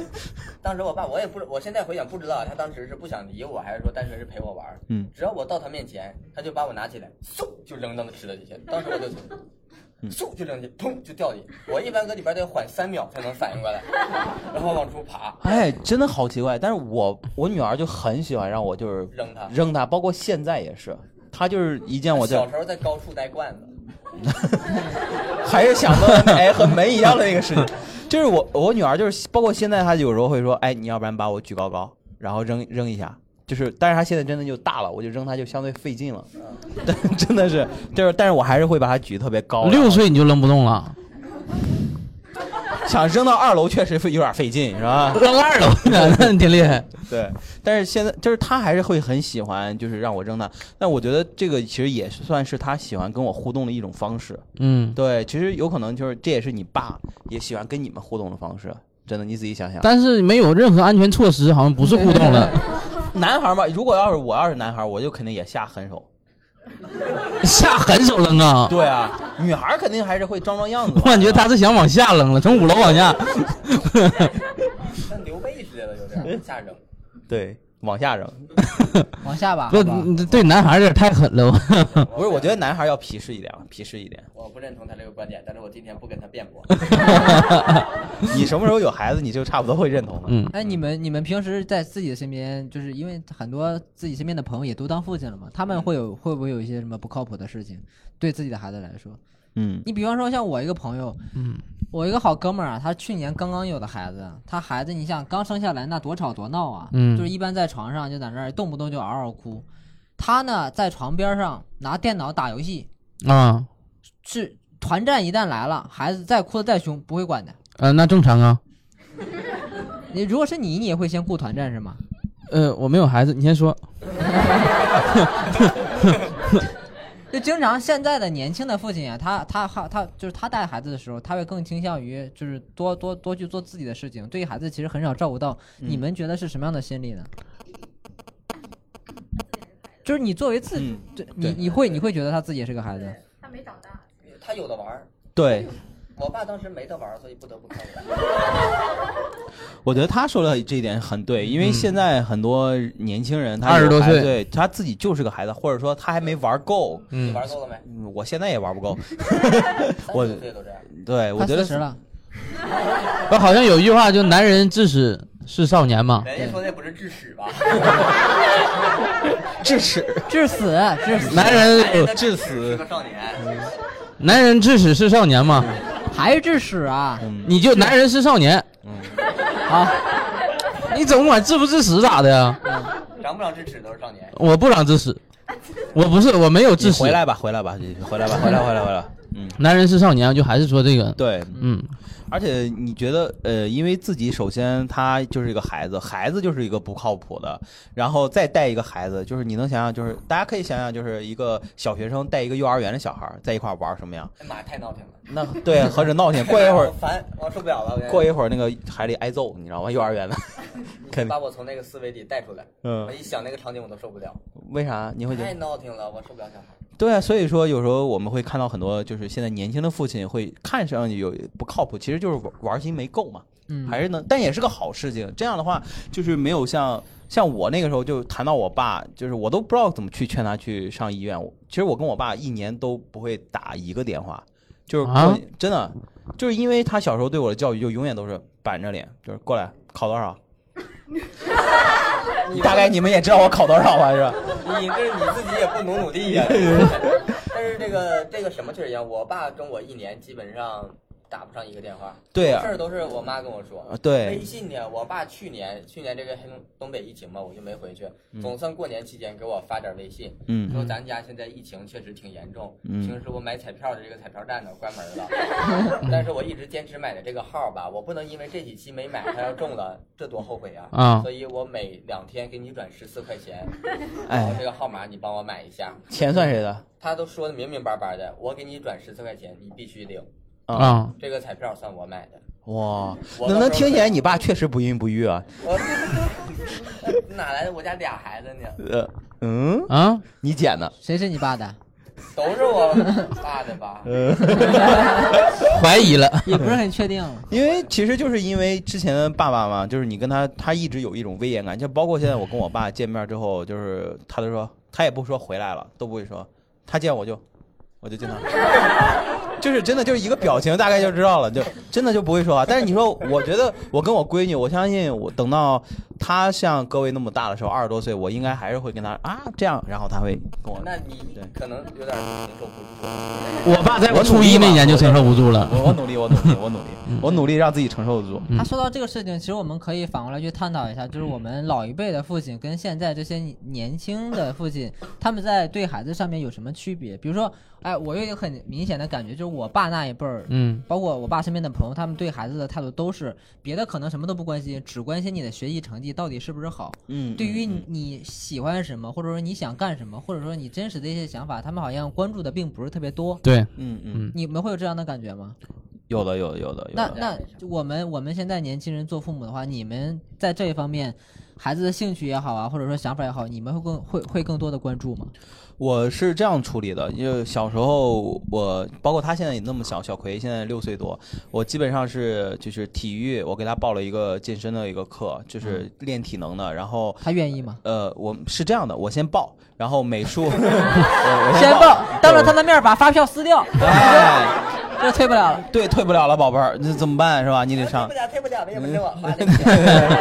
当时我爸我也不知，我现在回想不知道他当时是不想理我，还是说单纯是陪我玩儿。嗯只要我到他面前，他就把我拿起来，嗖就扔到那池子底下。当时我就，嗯嗖就扔进去，砰就掉进去。我一般搁里边得缓三秒才能反应过来，然后往出爬哎，真的好奇怪，但是我我女儿就很喜欢让我就是扔它。扔它，包括现在也是，他就是一见我小就时候在高处待惯了，还是想到哎和门一样的那个事情，就是我我女儿就是包括现在她有时候会说，哎，你要不然把我举高高，然后扔扔一下。就是，但是她现在真的就大了，我就扔她就相对费劲了，但真的是，就是，但是我还是会把她举得特别高。六岁你就扔不动 了，想扔到二楼确实会有点费劲，是 吧？扔二 楼呢，那你挺厉害。对，但是现在就是他还是会很喜欢，就是让我扔他。但我觉得这个其实也是算是他喜欢跟我互动的一种方式。 嗯，对，其实有可能就是这也是你爸也喜欢跟你们互动的方式。真的，你仔细想想，但是没有任何安全措施，好像不是互动了。 男孩嘛，如果要是我要是男孩，我就肯定也下狠手。下狠手扔啊！对啊，女孩肯定还是会装装样子我吧。感觉他是想往下扔了，从五楼往下。像刘备似的，有点吓人。对往下扔，往下吧。不好吧，你嗯对男孩儿有点太狠了。不是，我觉得男孩要皮实一点，皮实一点。我不认同他这个观点，但是我今天不跟他辩驳。你什么时候有孩子，你就差不多会认同了。 嗯，哎，你们你们平时在自己的身边，就是因为很多自己身边的朋友也都当父亲了嘛，他们会有会不会有一些什么不靠谱的事情？对自己的孩子来说，嗯你比方说像我一个朋友，嗯，我一个好哥们儿啊，他去年刚刚有的孩子，他孩子你想刚生下来那多吵多闹啊，嗯就是一般在床上就在那儿动不动就嗷嗷哭，他呢在床边上拿电脑打游戏，啊，是团战一旦来了，孩子再哭的再凶不会管的。呃，那正常啊。你如果是你，你也会先顾团战是吗？呃，我没有孩子，你先说。就经常现在的年轻的父亲啊，他他他他就是他带孩子的时候，他会更倾向于就是多多多去做自己的事情，对于孩子其实很少照顾到。嗯你们觉得是什么样的心理呢？就是你作为自己，嗯，对你你会你会觉得他自己也是个孩子，他有的玩儿，对，我爸当时没得玩儿，所以不得不看我。我觉得他说的这一点很对，因为现在很多年轻人，他20多有孩子岁对他自己就是个孩子，或者说他还没玩够。你嗯玩够了没？嗯我现在也玩不够，我三十岁都这样。对我他觉得四十了，不，好像有一句话就“男人至死是少年”嘛。人家说那不是致死吧？智齿致死致死，男哎人，致是死，个少年，男人至死是少年嘛。还是致死啊？嗯，你就男人是少年，啊好，你总管致不致死咋的呀？长不长智齿都是少年。我不想致死，我不是我没有你致死回。来吧，回来吧，你回来吧，回来，回来，回来。嗯，男人是少年，就还是说这个。对，嗯，而且你觉得，呃，因为自己首先他就是一个孩子，孩子就是一个不靠谱的，然后再带一个孩子，就是你能想想，就是大家可以想想，就是一个小学生带一个幼儿园的小孩儿在一块儿玩儿什么样？哎妈呀，太闹腾了。那对，何止闹腾，过一会儿我烦，我受不了了。我过一会儿那个海里挨揍，你知道吗？幼儿园的，你肯定先把我从那个思维里带出来。我嗯，一想那个场景我都受不了，为啥你会觉太得？闹腾了，我受不了小孩。对啊，所以说有时候我们会看到很多，就是现在年轻的父亲会看上去有不靠谱，其实就是玩玩心没够嘛，嗯，还是能，但也是个好事情。这样的话，就是没有像像我那个时候就谈到我爸，就是我都不知道怎么去劝他去上医院。我其实我跟我爸一年都不会打一个电话，就是过啊真的，就是因为他小时候对我的教育就永远都是板着脸，就是过来考多少。 大概你们也知道我考多少吧，是吧？你这你自己也不努努力呀、 但是这个这个什么确实一样，我爸跟我一年基本上打不上一个电话，对事啊，儿都是我妈跟我说。啊对微，信呢，我爸去年去年这个黑龙东北疫情嘛，我就没回去，总算过年期间给我发点微信，嗯，说咱家现在疫情确实挺严重，嗯平时我买彩票的这个彩票站呢关门了， 但是我一直坚持买的这个号吧，我不能因为这几期没买，它要中了，这多后悔啊！啊所以我每两天给你转十四块钱，然后哎，这个号码你帮我买一下。嗯钱算谁的？他都说的明明白白的，我给你转十四块钱，你必须领。啊，这个彩票算我买的，哇，我能能到时候听起来你爸确实不孕不育啊？ 我哪来的？我家俩孩子呢，呃，嗯，啊，你捡的？谁是你爸嗯的？都是我爸的吧？怀疑了。也不是很确定。因为其实就是因为之前的爸爸嘛，就是你跟他，他一直有一种威严感，就包括现在我跟我爸见面之后，就是他都说他也不说回来了，都不会说，他见我就我就经常， 就是真的就是一个表情，大概就知道了，就真的就不会说话。但是你说，我觉得我跟我闺女，我相信我等到她像各位那么大的时候，二十多岁，我应该还是会跟她啊这样，然后她会跟我。那你可能有点承受不住。我爸在我初一那年就承受嗯不住了。我我努力，我努力，我努力，我努力让自己承受得住。他说到这个事情，其实我们可以反过来去探讨一下，就是我们老一辈的父亲跟现在这些年年轻的父亲，他们在对孩子上面有什么区别？比如说，哎，我有一个很明显的感觉，就是我爸那一辈儿，嗯，包括我爸身边的朋友，他们对孩子的态度都是别的可能什么都不关心，只关心你的学习成绩到底是不是好。嗯对于你喜欢什么，或者说你想干什么，或者说你真实的一些想法，他们好像关注的并不是特别多。对，嗯嗯，你们会有这样的感觉吗？有的，有的，有的，有那的。那我们我们现在年轻人做父母的话，你们在这一方面，孩子的兴趣也好啊，或者说想法也好，你们会更会会更多的关注吗？我是这样处理的，因为小时候我，包括他现在也那么小，小葵现在六岁多，我基本上是就是体育，我给他报了一个健身的一个课，嗯就是练体能的，然后他愿意吗？呃，我是这样的，我先报，然后 美术，我我先报报，，当着他的面把发票撕掉，哎， 这退不了了。对，退不了了，宝贝儿，那怎么办是吧？你得上嗯退不，了，退不了的也不是我花 的。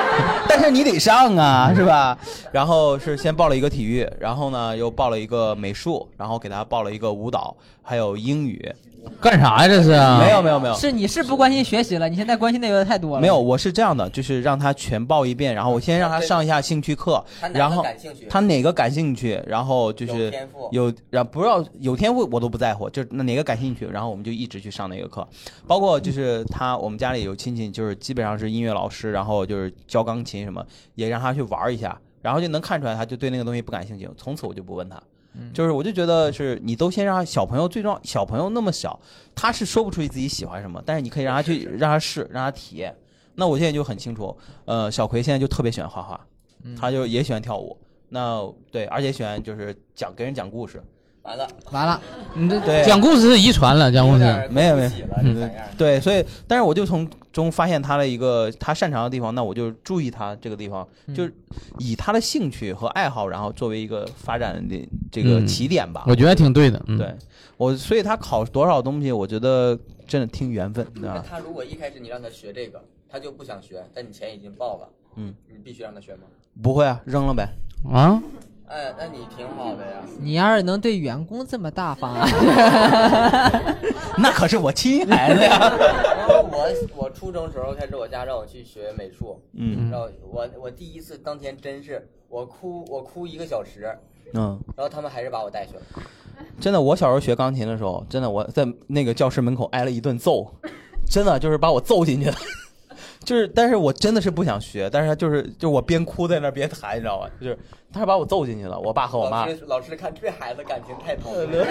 但是你得上啊，是吧？然后是先报了一个体育，然后呢又报了一个美术，然后给他报了一个舞蹈，还有英语，干啥呀？这是嗯啊没有没有没有，是你是不关心学习了，你现在关心的有点太多了。没有，，我是这样的，就是让他全报一遍，然后我先让他上一下兴趣课他，哪个然后感兴趣他哪个感兴趣，然后就是有天赋有，然后不要有天赋我都不在乎，就是那哪个感兴趣，然后我们就一直去上那个课，包括就是他，我们家里有亲戚就是基本上是音乐老师，然后就是教钢琴什么，也让他去玩一下，然后就能看出来他就对那个东西不感兴趣，从此我就不问他。就是，我就觉得是你都先让他小朋友最重要，小朋友那么小，他是说不出去自己喜欢什么，但是你可以让他去让他试，让他体验。那我现在就很清楚，呃，小葵现在就特别喜欢画画，他就也喜欢跳舞。那对，而且喜欢就是讲给人讲故事，完了，完了，你对这讲故事是遗传了，讲故有事。点没有没有嗯对不起了，这咋样？对，所以但是我就从中发现他的一个他擅长的地方，那我就注意他这个地方，嗯就是以他的兴趣和爱好，然后作为一个发展的这个嗯起点吧。我觉得挺对的，嗯，对我，所以他考多少东西，我觉得真的啊听缘分，对那吧？他如果一开始你让他学这个，他就不想学，但你钱已经报了，嗯，你必须让他学吗？不会啊，扔了呗。 啊，哎，那你挺好的呀。你要是能对员工这么大方 啊，那可是我亲孩子 呀。然后我我初中时候开始，我家让我去学美术，嗯然后我我第一次当天真是我哭我哭一个小时，嗯，然后他们还是把我带去了。真的，我小时候学钢琴的时候，真的我在那个教室门口挨了一顿揍， 真的就是把我揍进去了。 就是，但是我真的是不想学，但是他就是，就我边哭在那儿边弹，你知道吧？就是他是把我揍进去了，我爸和哦我妈老。师老师看对孩子感情太浓了。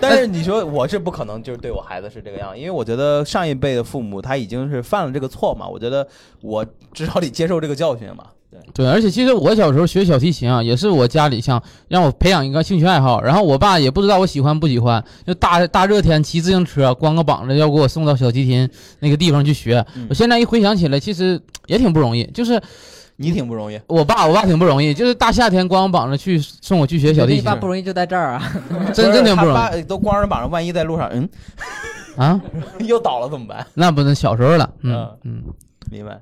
但是你说我是不可能就是对我孩子是这个样，因为我觉得上一辈的父母他已经是犯了这个错嘛，我觉得我至少得接受这个教训嘛。对，对，而且其实我小时候学小提琴啊，也是我家里像让我培养一个兴趣爱好，然后我爸也不知道我喜欢不喜欢，就大大热天骑自行车光个膀子要给我送到小提琴那个地方去学。嗯我现在一回想起来，其实也挺不容易，就是你挺不容易。我爸，我爸挺不容易，就是大夏天光个膀子去送我去学小提你爸琴，不容易就在这儿啊。真真挺不容他易爸都光着膀子，万一在路上嗯 啊。又倒了怎么办？那不能小时候了，嗯嗯嗯，明白？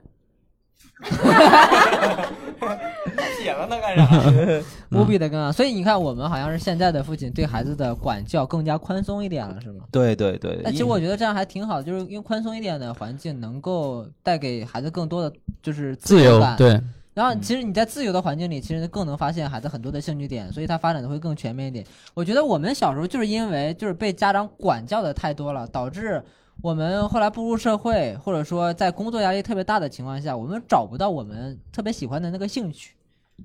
写了那干啥？嗯无比的更啊！所以你看，我们好像是现在的父亲对孩子的管教更加宽松一点了，是吗？ 对对对。但其实我觉得这样还挺好，就是因为宽松一点的环境能够带给孩子更多的就是自由由感。。对，然后嗯其实你在自由的环境里，其实更能发现孩子很多的兴趣点，所以他发展的会更全面一点。我觉得我们小时候就是因为就是被家长管教的太多了，导致。我们后来步入社会，或者说在工作压力特别大的情况下，我们找不到我们特别喜欢的那个兴趣。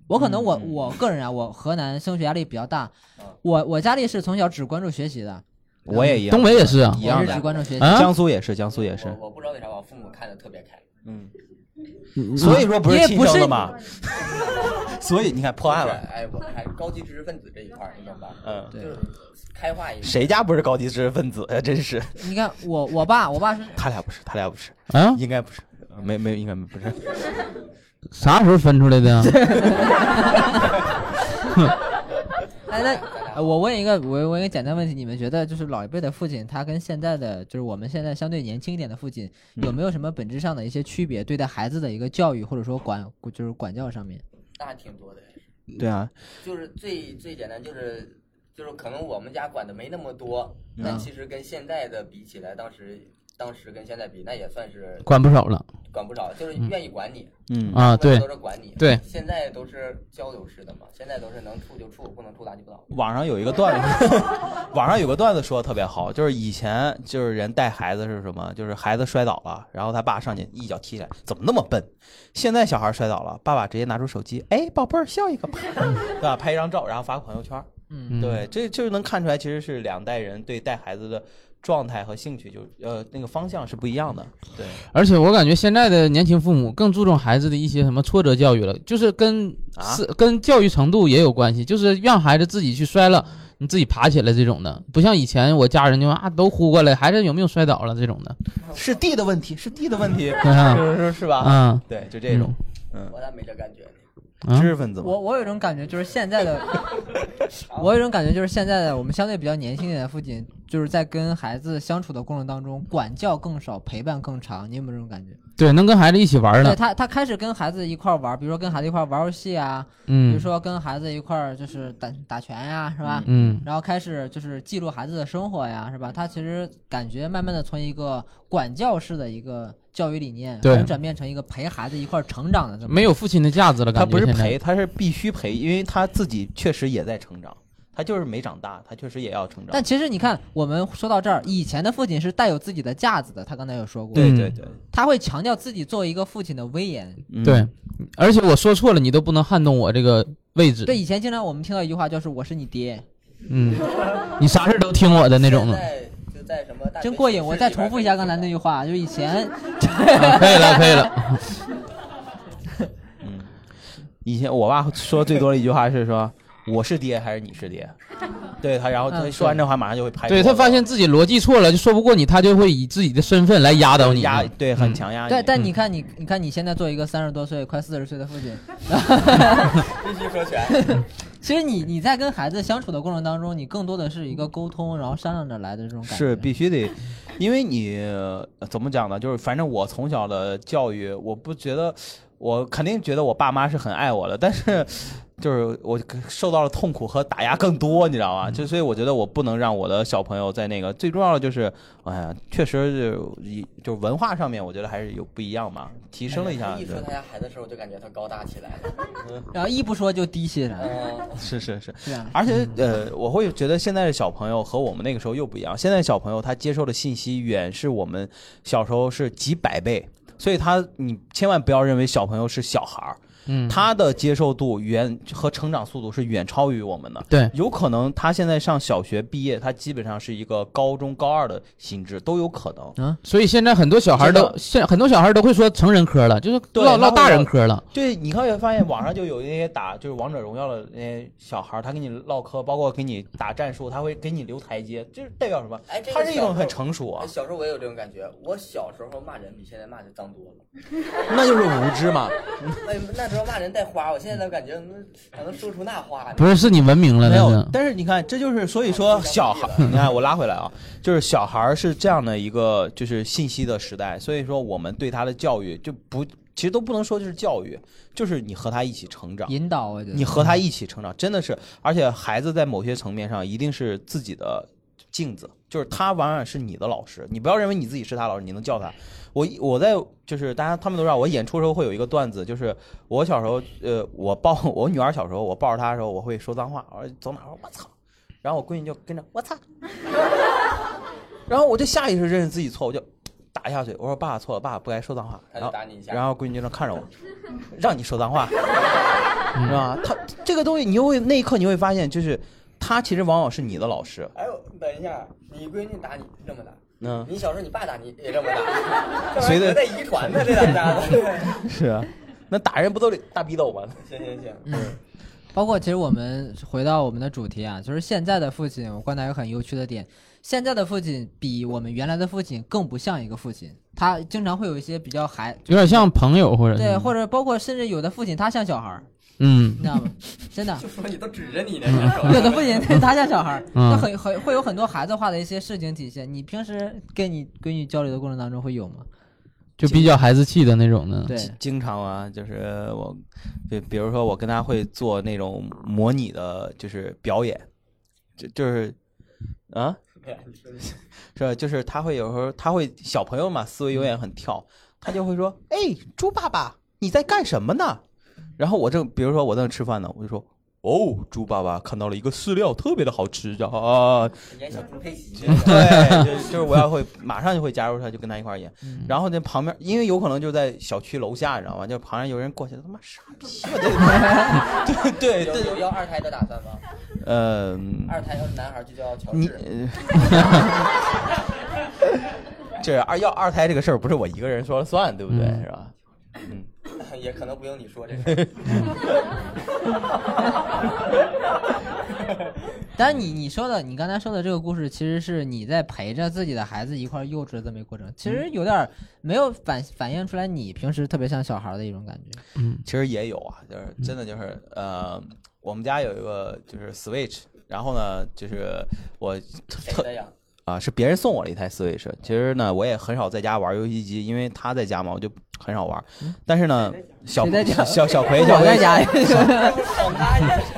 我可能我嗯嗯我个人啊，我河南升学压力比较大嗯，我我家里是从小只关注学习的，我也一样，东北也是啊一我样是的只关注学习。啊，江苏也是，江苏也是我。我不知道为啥把我父母看得特别开，嗯，所以说不因是为亲不生是的嘛。 所以你看破案就是了，哎，我还高级知识分子这一块儿，你懂吧？嗯，就是开化一下。谁家不是高级知识分子哎呀？真是，你看我我爸我爸是他俩不是，他俩不是，啊，应该不是，没没应该不是。啥时候分出来的呀？哎那呃，我问一个，我问一个简单问题，你们觉得就是老一辈的父亲，他跟现在的就是我们现在相对年轻一点的父亲，有没有什么本质上的一些区别？对待孩子的一个教育或者说管就是管教上面，那还挺多的。对啊，就是最最简单，就是就是可能我们家管的没那么多，嗯但其实跟现在的比起来，当时当时跟现在比，那也算是管不少了。管不少，就是愿意管你嗯啊对都是管你。对现在都是交流式的嘛，现在都是能处就处，不能处拉就不拉。网上有一个段子， 网上有个段子说的特别好，就是以前就是人带孩子是什么？就是孩子摔倒了，然后他爸上去一脚踢起来，怎么那么笨？现在小孩摔倒了，爸爸直接拿出手机，哎，宝贝儿笑一个，啪，对吧？拍一张照，然后发个朋友圈。嗯对，这就是能看出来，其实是两代人对带孩子的状态和兴趣就呃那个方向是不一样的。对，而且我感觉现在的年轻父母更注重孩子的一些什么挫折教育了，就是跟啊是、跟教育程度也有关系，就是让孩子自己去摔了，你自己爬起来这种的，不像以前我家人就啊都呼过来，孩子有没有摔倒了这种的，是地的问题，是地的问题，对啊，是是是吧？嗯，对，就这种，我咋没这感觉呢？嗯知识分子嘛。我我有一种感觉，就是现在的，我有一种感觉，就是现在的我们相对比较年轻一点的父亲，就是在跟孩子相处的过程当中，管教更少，陪伴更长。你有没有这种感觉？对，能跟孩子一起玩对了，他，他开始跟孩子一块儿玩，比如说跟孩子一块儿玩游戏啊，比如嗯说跟孩子一块儿就是打打拳呀、是吧？嗯，然后开始就是记录孩子的生活呀，是吧？他其实感觉慢慢的从一个管教式的一个教育理念，对能转变成一个陪孩子一块儿成长的这么没有父亲的架子了，他感不觉是现在陪，他是必须陪，因为他自己确实也在成长，他就是没长大，他确实也要成长但。其实你看，我们说到这儿，以前的父亲是带有自己的架子的，他刚才有说过，对嗯对对他会强调自己作为一个父亲的威严。嗯对，而且我说错了，你都不能撼动我这个位置，对，以前经常我们听到一句话，就是“我是你爹 嗯，你啥事儿都听我的那种现的，在就在什么”，大学真过瘾。我再寝室里重边复一下可以刚才那听句话，就是以前啊可以了，可以了，嗯，以前我爸说最多的一句话是说：“我是爹还是你是 爹？”对他，然后他嗯说完这话马上就会拍桌对子。他发现自己逻辑错了，就说不过你，他就会以自己的身份来压倒你，压对很嗯强压你。对，但你看你，你看你现在做一个三十多岁、快四十岁的父亲，必须说全。 其实你你在跟孩子相处的过程当中，你更多的是一个沟通，然后商量着来的这种感觉。是必 须得，因为你呃怎么讲呢？就是反正我从小的教育，我不觉得，我肯定觉得我爸妈是很爱我的，但是就是我受到了痛苦和打压更多，你知道嗯吗？就所以我觉得我不能让我的小朋友在那个最重要的就是，哎呀，确实是一就是文化上面，我觉得还是有不一样嘛，提升哎了一下一，说他对家孩子的时候，我就感觉他高大起来了。然后一不说就低些了，嗯，是是是。是啊，而且嗯呃，我会觉得现在的小朋友和我们那个时候又不一样。现在小朋友他接受的信息远是我们小时候是几百倍，所以他你千万不要认为小朋友是小孩儿，嗯，他的接受度远和成长速度是远超于我们的。对，有可能他现在上小学毕业，他基本上是一个高中高二的心智都有可能。所以现在很多小孩儿真都的现很多小孩儿都会说成人科了，就是对唠唠然后大人我科了，对，你看，发现网上就有那些打就是王者荣耀的那些小孩儿，他跟你唠嗑，包括给你打战术，他会给你留台阶，这是代表什么？哎，这个他是一种很小时候哎成熟啊。小时候我也有这种感觉，我小时候骂人比现在骂的脏多了。那就是无知嘛。 那那时候骂人带花，我现在都感觉嗯还能说出那花。不是是你文明了，没那有是，，但是你看，这就是所以说小孩，你看我拉回来啊，就是小孩儿是这样的一个就是信息的时代，所以说我们对他的教育就不，其实都不能说就是教育，就是你和他一起成长，引导我觉得你和他一起成长，真的是，而且孩子在某些层面上一定是自己的镜子，就是他往往是你的老师，你不要认为你自己是他老师，你能叫他。我我在就是大家他们都知道，我演出的时候会有一个段子，就是我小时候，呃，我抱我女儿小时候，我抱着她的时候，我会说脏话，我说走哪儿，我操，然后我闺女就跟着我操，然后我就下意识认识自己错，我就打一下嘴，我说爸错了，爸不该说脏话，他然就后打你一下，然后闺女就看着我，让你说脏话，是吧？他这个东西，你就会那一刻你会发现，就是他其实往往是你的老师。哎呦，等一下，你闺女打你这么打，嗯，你小时候你爸打你也这么打，这玩 随意儿着留在遗传的这两家子。 是啊，那打人不都得大逼斗吗？行行行，包括其实我们回到我们的主题啊，就是现在的父亲，我观察有很有趣的点，现在的父亲比我们原来的父亲更不像一个父亲，他经常会有一些比较孩有点像朋友或者嗯对，是或者包括甚至有的父亲他像小孩儿，嗯你知道 吗？真的，就说你都指着嗯你呢，这手有的父亲他家小孩儿，嗯那很很会有很多孩子化的一些事情体现。你平时跟你闺女交流的过程当中会有吗？就比较孩子气的那种嗯呢。对，经常啊，就是我，比比如说我跟他会做那种模拟的，就是表演，就就是啊，是吧就是他会有时候他会小朋友嘛，思维永远很跳，他就会说：“哎，猪爸爸，你在干什么呢？”然后我正比如说我正吃饭呢，我就说：“哦，猪爸爸看到了一个饲料，特别的好吃叫啊。”演小猪佩奇这个， 对， 就是就是我要会马上就会加入他，就跟他一块儿演。嗯然后那旁边，因为有可能就在小区楼下，你知道吗？就旁边有人过去，他妈傻逼 吧，这对对有对，有要二胎的打算吗？呃，二胎要是男孩就叫乔你治，呃这二要二胎这个事儿不是我一个人说了算，对不对？嗯是吧？也可能不用你说这个。 但你你说的，你刚才说的这个故事，其实是你在陪着自己的孩子一块儿幼稚的这么一个过程，其实有点儿没有反反映出来你平时特别像小孩儿的一种感觉。其实也有啊，就是嗯真的就是呃，我们家有一个就是 Switch，然后呢，就是我谁特的呀？啊，是别人送我了一台 Switch。其实呢，我也很少在家玩游戏机，因为他在家嘛，我就很少玩。嗯但是呢，小谁在家小小葵，小我在葵，家，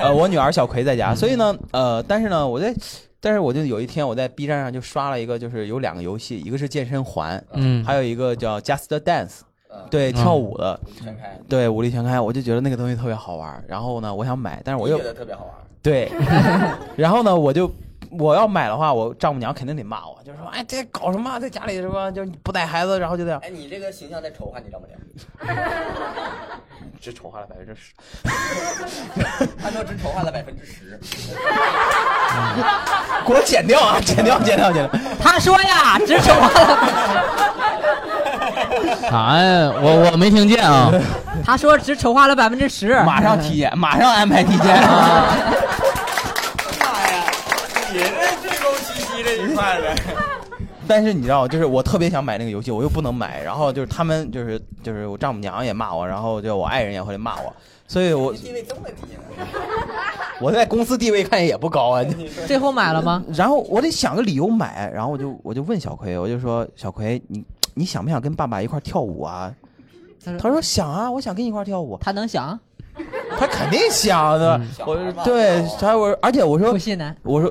呃，我女儿小葵在嗯家，所以呢，呃，但是呢，我在，但是我就有一天我在 B 站上就刷了一个，就是有两个游戏，一个是健身环，嗯，还有一个叫 Just Dance，嗯，对，嗯跳舞的，全开。对，武力全开，我就觉得那个东西特别好玩。然后呢，我想买，但是我又觉得特别好玩。对， 然后呢，我就我要买的话，我丈母娘肯定得骂我，就说哎，这搞什么啊，在家里什么，就是你不带孩子，然后就这样，哎，你这个形象在丑化你丈母娘，只丑化了百分之十。他说只丑化了百分 之十。给我剪掉啊！剪掉，剪掉，剪掉！他说呀，只丑化了，啥呀？我我没听见啊。他说只丑化了百分之十，马上体 检，马上安排体检啊！但是你知道，就是我特别想买那个游戏，我又不能买，然后就是他们就是就是我丈母娘也骂我，然后就我爱人也会骂我，所以我你地位这么低呢？我在公司地位看着也不高啊。最后买了吗？ 然后我得想个理由买，然后我就我就问小葵，我就说小葵，你你想不想跟爸爸一块儿跳舞啊？他他说说想啊，我想跟你一块儿跳舞。他能想，他肯定想的，小我孩嘛嗯对，他我而且我说嗯不信男，我说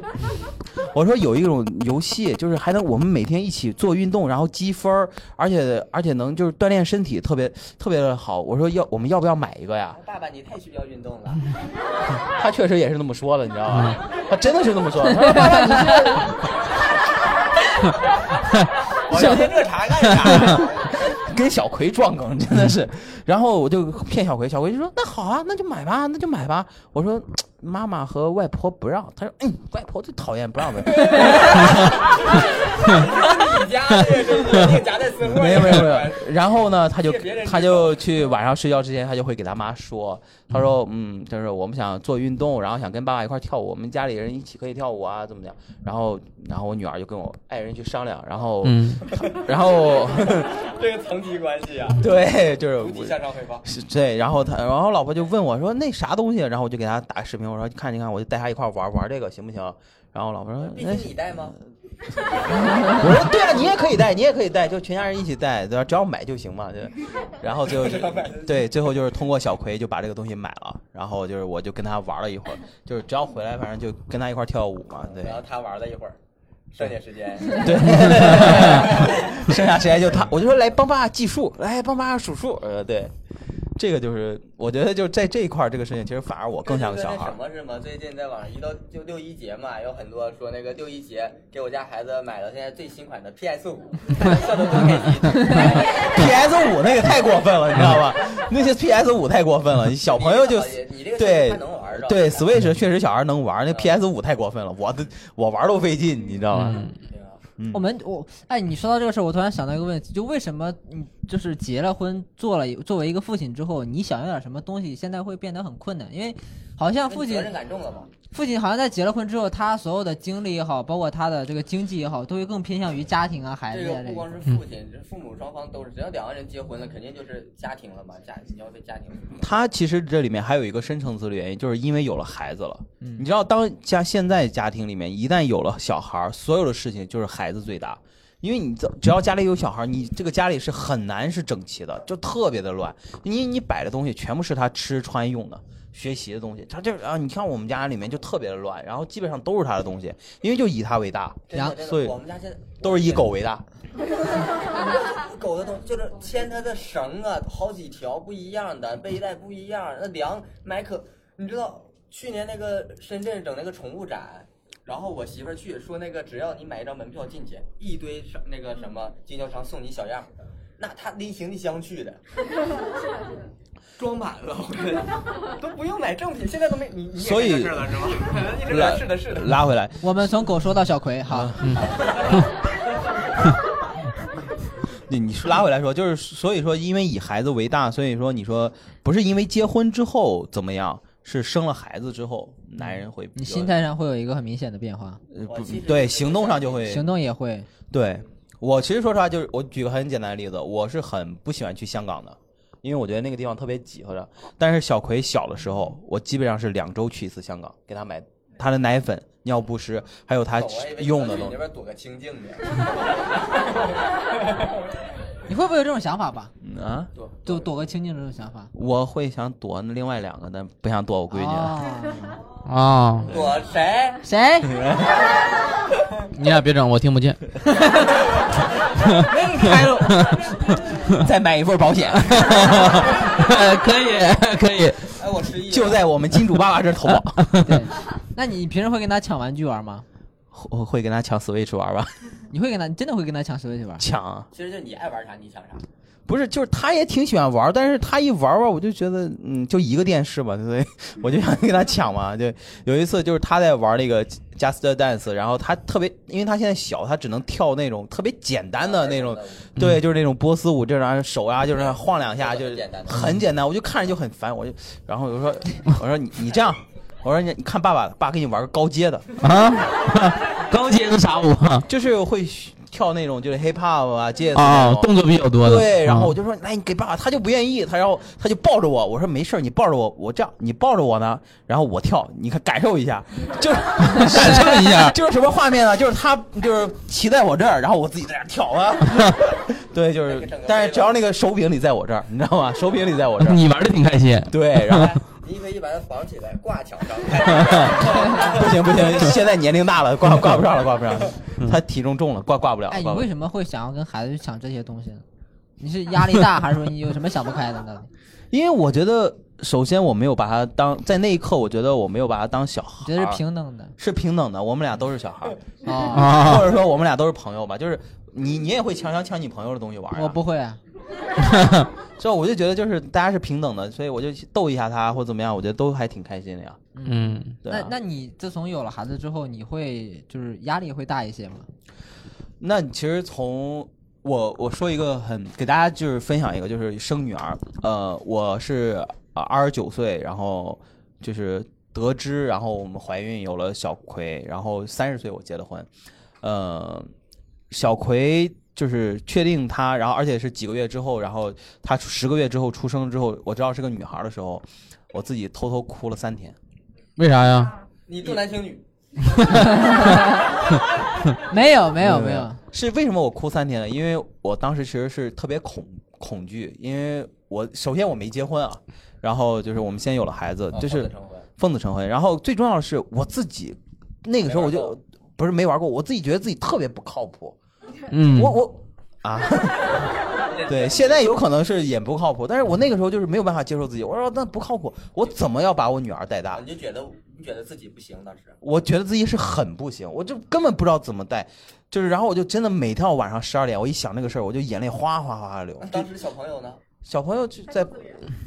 我说有一种游戏，就是还能我们每天一起做运动，然后积分儿，而且而且能就是锻炼身体，特别特别的好。我说要我们要不要买一个呀？爸爸，你太需要运动了。 他确实也是那么说的，你知道吗？他真的是那么说的。他说爸爸你这我要跟这茬干啥？跟小葵撞梗真的是，然后我就骗小葵，小葵就说那好啊，那就买吧，那就买吧。我说妈妈和外婆不让，他说嗯，外婆最讨厌不 让的。你家这是你夹带私货，没有没有没有。然后呢，他就借别人他就去晚上睡觉之前，他就会给他妈说，他说嗯，就是我们想做运动，然后想跟爸爸一块儿跳舞，我们家里人一起可以跳舞啊，怎么样？然后然后我女儿就跟我爱人去商量，然后、嗯，然后 这个层级关系啊，对，就是主体我向上汇报。是对，然后他，然后我老婆就问我说那啥东西，然后我就给她打个视频，我说看你看，我就带她一块儿玩玩这个行不行？然后我老婆说必那须你带吗？ 我说对啊，你也可以带，你也可以带，就全家人一起带，对吧？只要买就行嘛，对。然后最后就对，最后就是通过小葵就把这个东西买了，然后就是我就跟他玩了一会儿，就是只要回来，反正就跟他一块儿跳舞嘛，对然后他玩了一会儿，剩下 时间对。剩下时间就他，我就说来帮爸计数，来帮爸数数，呃，对。这个就是我觉得就是在这一块儿这个事情，其实反而我更像个小孩这儿就跟那什。么是吗？最近在网上一到就六一节嘛，有很多说那个六一节给我家孩子买了现在最新款的 PS 五， 笑得多开心。 PS 五那个太过分了，你知道吧？那些 PS 五太过分了， 小朋友就哎你这个对他能玩着，对 Switch 确实小孩能玩，那 PS 五太过分了，我的我玩都费劲，你知道嗯吗？嗯啊我们我哎，你说到这个事儿，我突然想到一个问题，就为什么你就是结了婚，做了作为一个父亲之后，你想要点什么东西，现在会变得很困难，因为好像父责亲任感重了嘛？父亲好像在结了婚之后，他所有的精力也好，包括他的这个经济也好，都会更偏向于家庭啊、孩这子呀个不一块光儿是父亲，这父母双方都是，只要两个人结婚了，肯定就是家庭了嘛，家你要对家庭负责。他其实这里面还有一个深层次的原因，就是因为有了孩子了。你知道，当家现在家庭里面一旦有了小孩儿，所有的事情就是孩子最大，因为你只只要家里有小孩儿，你这个家里是很难是整齐的，就特别的乱。你你摆的东西全部是他吃穿用的。学习的东西，他这啊，你看我们家里面就特别的乱，然后基本上都是他的东西，因为就以他为大，真的真所以的，我们家现在都是以狗为大。狗的东西就是牵它的绳啊，好几条不一样的，背带不一样，那粮买可，你知道去年那个深圳整那个宠物展。然后我媳妇儿去说那个，只要你买一张门票进去，一堆什那个什么经销商送你小样儿，那她拎行李箱去的，装满了，我跟你讲都不用买正品，现在都没你你也所以干这事儿了是吗？ 一直在是的是的，拉回来，我们从狗说到小葵，好，嗯嗯你你说拉回来说，就是所以说，因为以孩子为大，所以说你说不是因为结婚之后怎么样，是生了孩子之后，男人会比嗯较你心态上会有一个很明显的变化，呃我不其实对是行动上就会行动也会。对我其实说实话，就是我举个很简单的例子，我是很不喜欢去香港的，因为我觉得那个地方特别挤和着。但是小葵小的时候，我基本上是两周去一次香港，给他买他的奶粉、尿不湿，还有他狗啊也没用的去东那西。边躲个清静的，你会不会有这种想法吧？嗯啊，躲就躲个清静这种想法。我会想躲另外两个，但不想躲我闺女。哦、啊！躲谁？ 谁？你俩别整，我听不见。没给开了， 再买一份保险，可以，可以。哎，我失忆了。就在我们金主爸爸这儿投保。对， 那你平时会跟他抢玩具玩吗？ 我会跟他抢 Switch 玩吧？你会跟他，你真的会跟他抢 Switch 玩？抢啊其实就你爱玩啥你想啥。不是，就是他也挺喜欢玩，但是他一玩吧，我就觉得，嗯，就一个电视吧， 所以我就想跟他抢嘛。就有一次，就是他在玩那个 Just Dance，然后他特别，因为他现在小，他只能跳那种特别简单的那种，对，就是那种波斯舞，这样手啊，就是晃两下，就是很简单的很简单，我就看着就很烦，我就，然后我就说， 我说你你这样，我说你你看爸爸，爸给你玩个高阶的，啊，高阶是啥舞啊？就是会跳那种就是 hip hop 啊，街舞那啊，哦种。动作比较多的。嗯对，然后我就就说，哎来你给爸爸，他就不愿意，他然后他就抱着我，我说没事儿你抱着我，我这样，你抱着我呢，然后我跳，你看感受一下，就是 感受一下 就是什么画面呢？就是他就是骑在我这儿，然后我自己在那儿跳 啊，对，就是，但是只要那个手柄你在我这儿，你知道吗？手柄你在我这 儿，啊你玩的挺开心。对，然后你以哎为一把它绑起来挂墙 上？不行不行，现在年龄大了，挂挂不上了，挂不上了，嗯他体重重了，挂挂不了，哎，你挂不了为什么会想要跟孩子去抢这些东西呢？你是压力大，还是说你有什么想不开的呢？因为我觉得，首先我没有把他当在那一刻，我觉得我没有把他当小孩你儿，觉得是平等的是平等的，我们俩都是小孩儿，哦，啊或者说我们俩都是朋友吧。就是你你也会强强抢你朋友的东西玩、啊，我不，会啊。所以我就觉得就是大家是平等的，所以我就去逗一下他或怎么样，我觉得都还挺开心的呀。嗯，对啊、那那你自从有了孩子之后，你会就是压力会大一些吗？那那其实从我我说一个很给大家就是分享一个就是生女儿，呃，我是呃二十九岁，然后就是得知，然后我们怀孕有了小葵，然后三十岁我结的婚，呃，小葵就是确定她，然后而且是几个月之后，然后她十个月之后出生之后，我知道是个女孩的时候，我自己偷偷哭了三天。为啥呀？你重男轻女，没有，没有，没有。，是为什么我哭三天呢？因为我当时其实是特别恐恐惧，因为我首先我没结婚啊，然后就是我们先有了孩子，就啊是好的成婚奉子成婚，然后最重要的是我自己那个时候我没玩就不是没玩过，我自己觉得自己特别不靠谱，嗯，我我啊。对，现在有可能是也不靠谱，但是我那个时候就是没有办法接受自己。我说那不靠谱，我怎么要把我女儿带大啊，？你就觉得你觉得自己不行，当时我觉得自己是很不行，我就根本不知道怎么带，就是然后我就真的每天晚上十二点，我一想这个事儿，我就眼泪哗哗哗流。那当时小朋友呢？小朋友就在，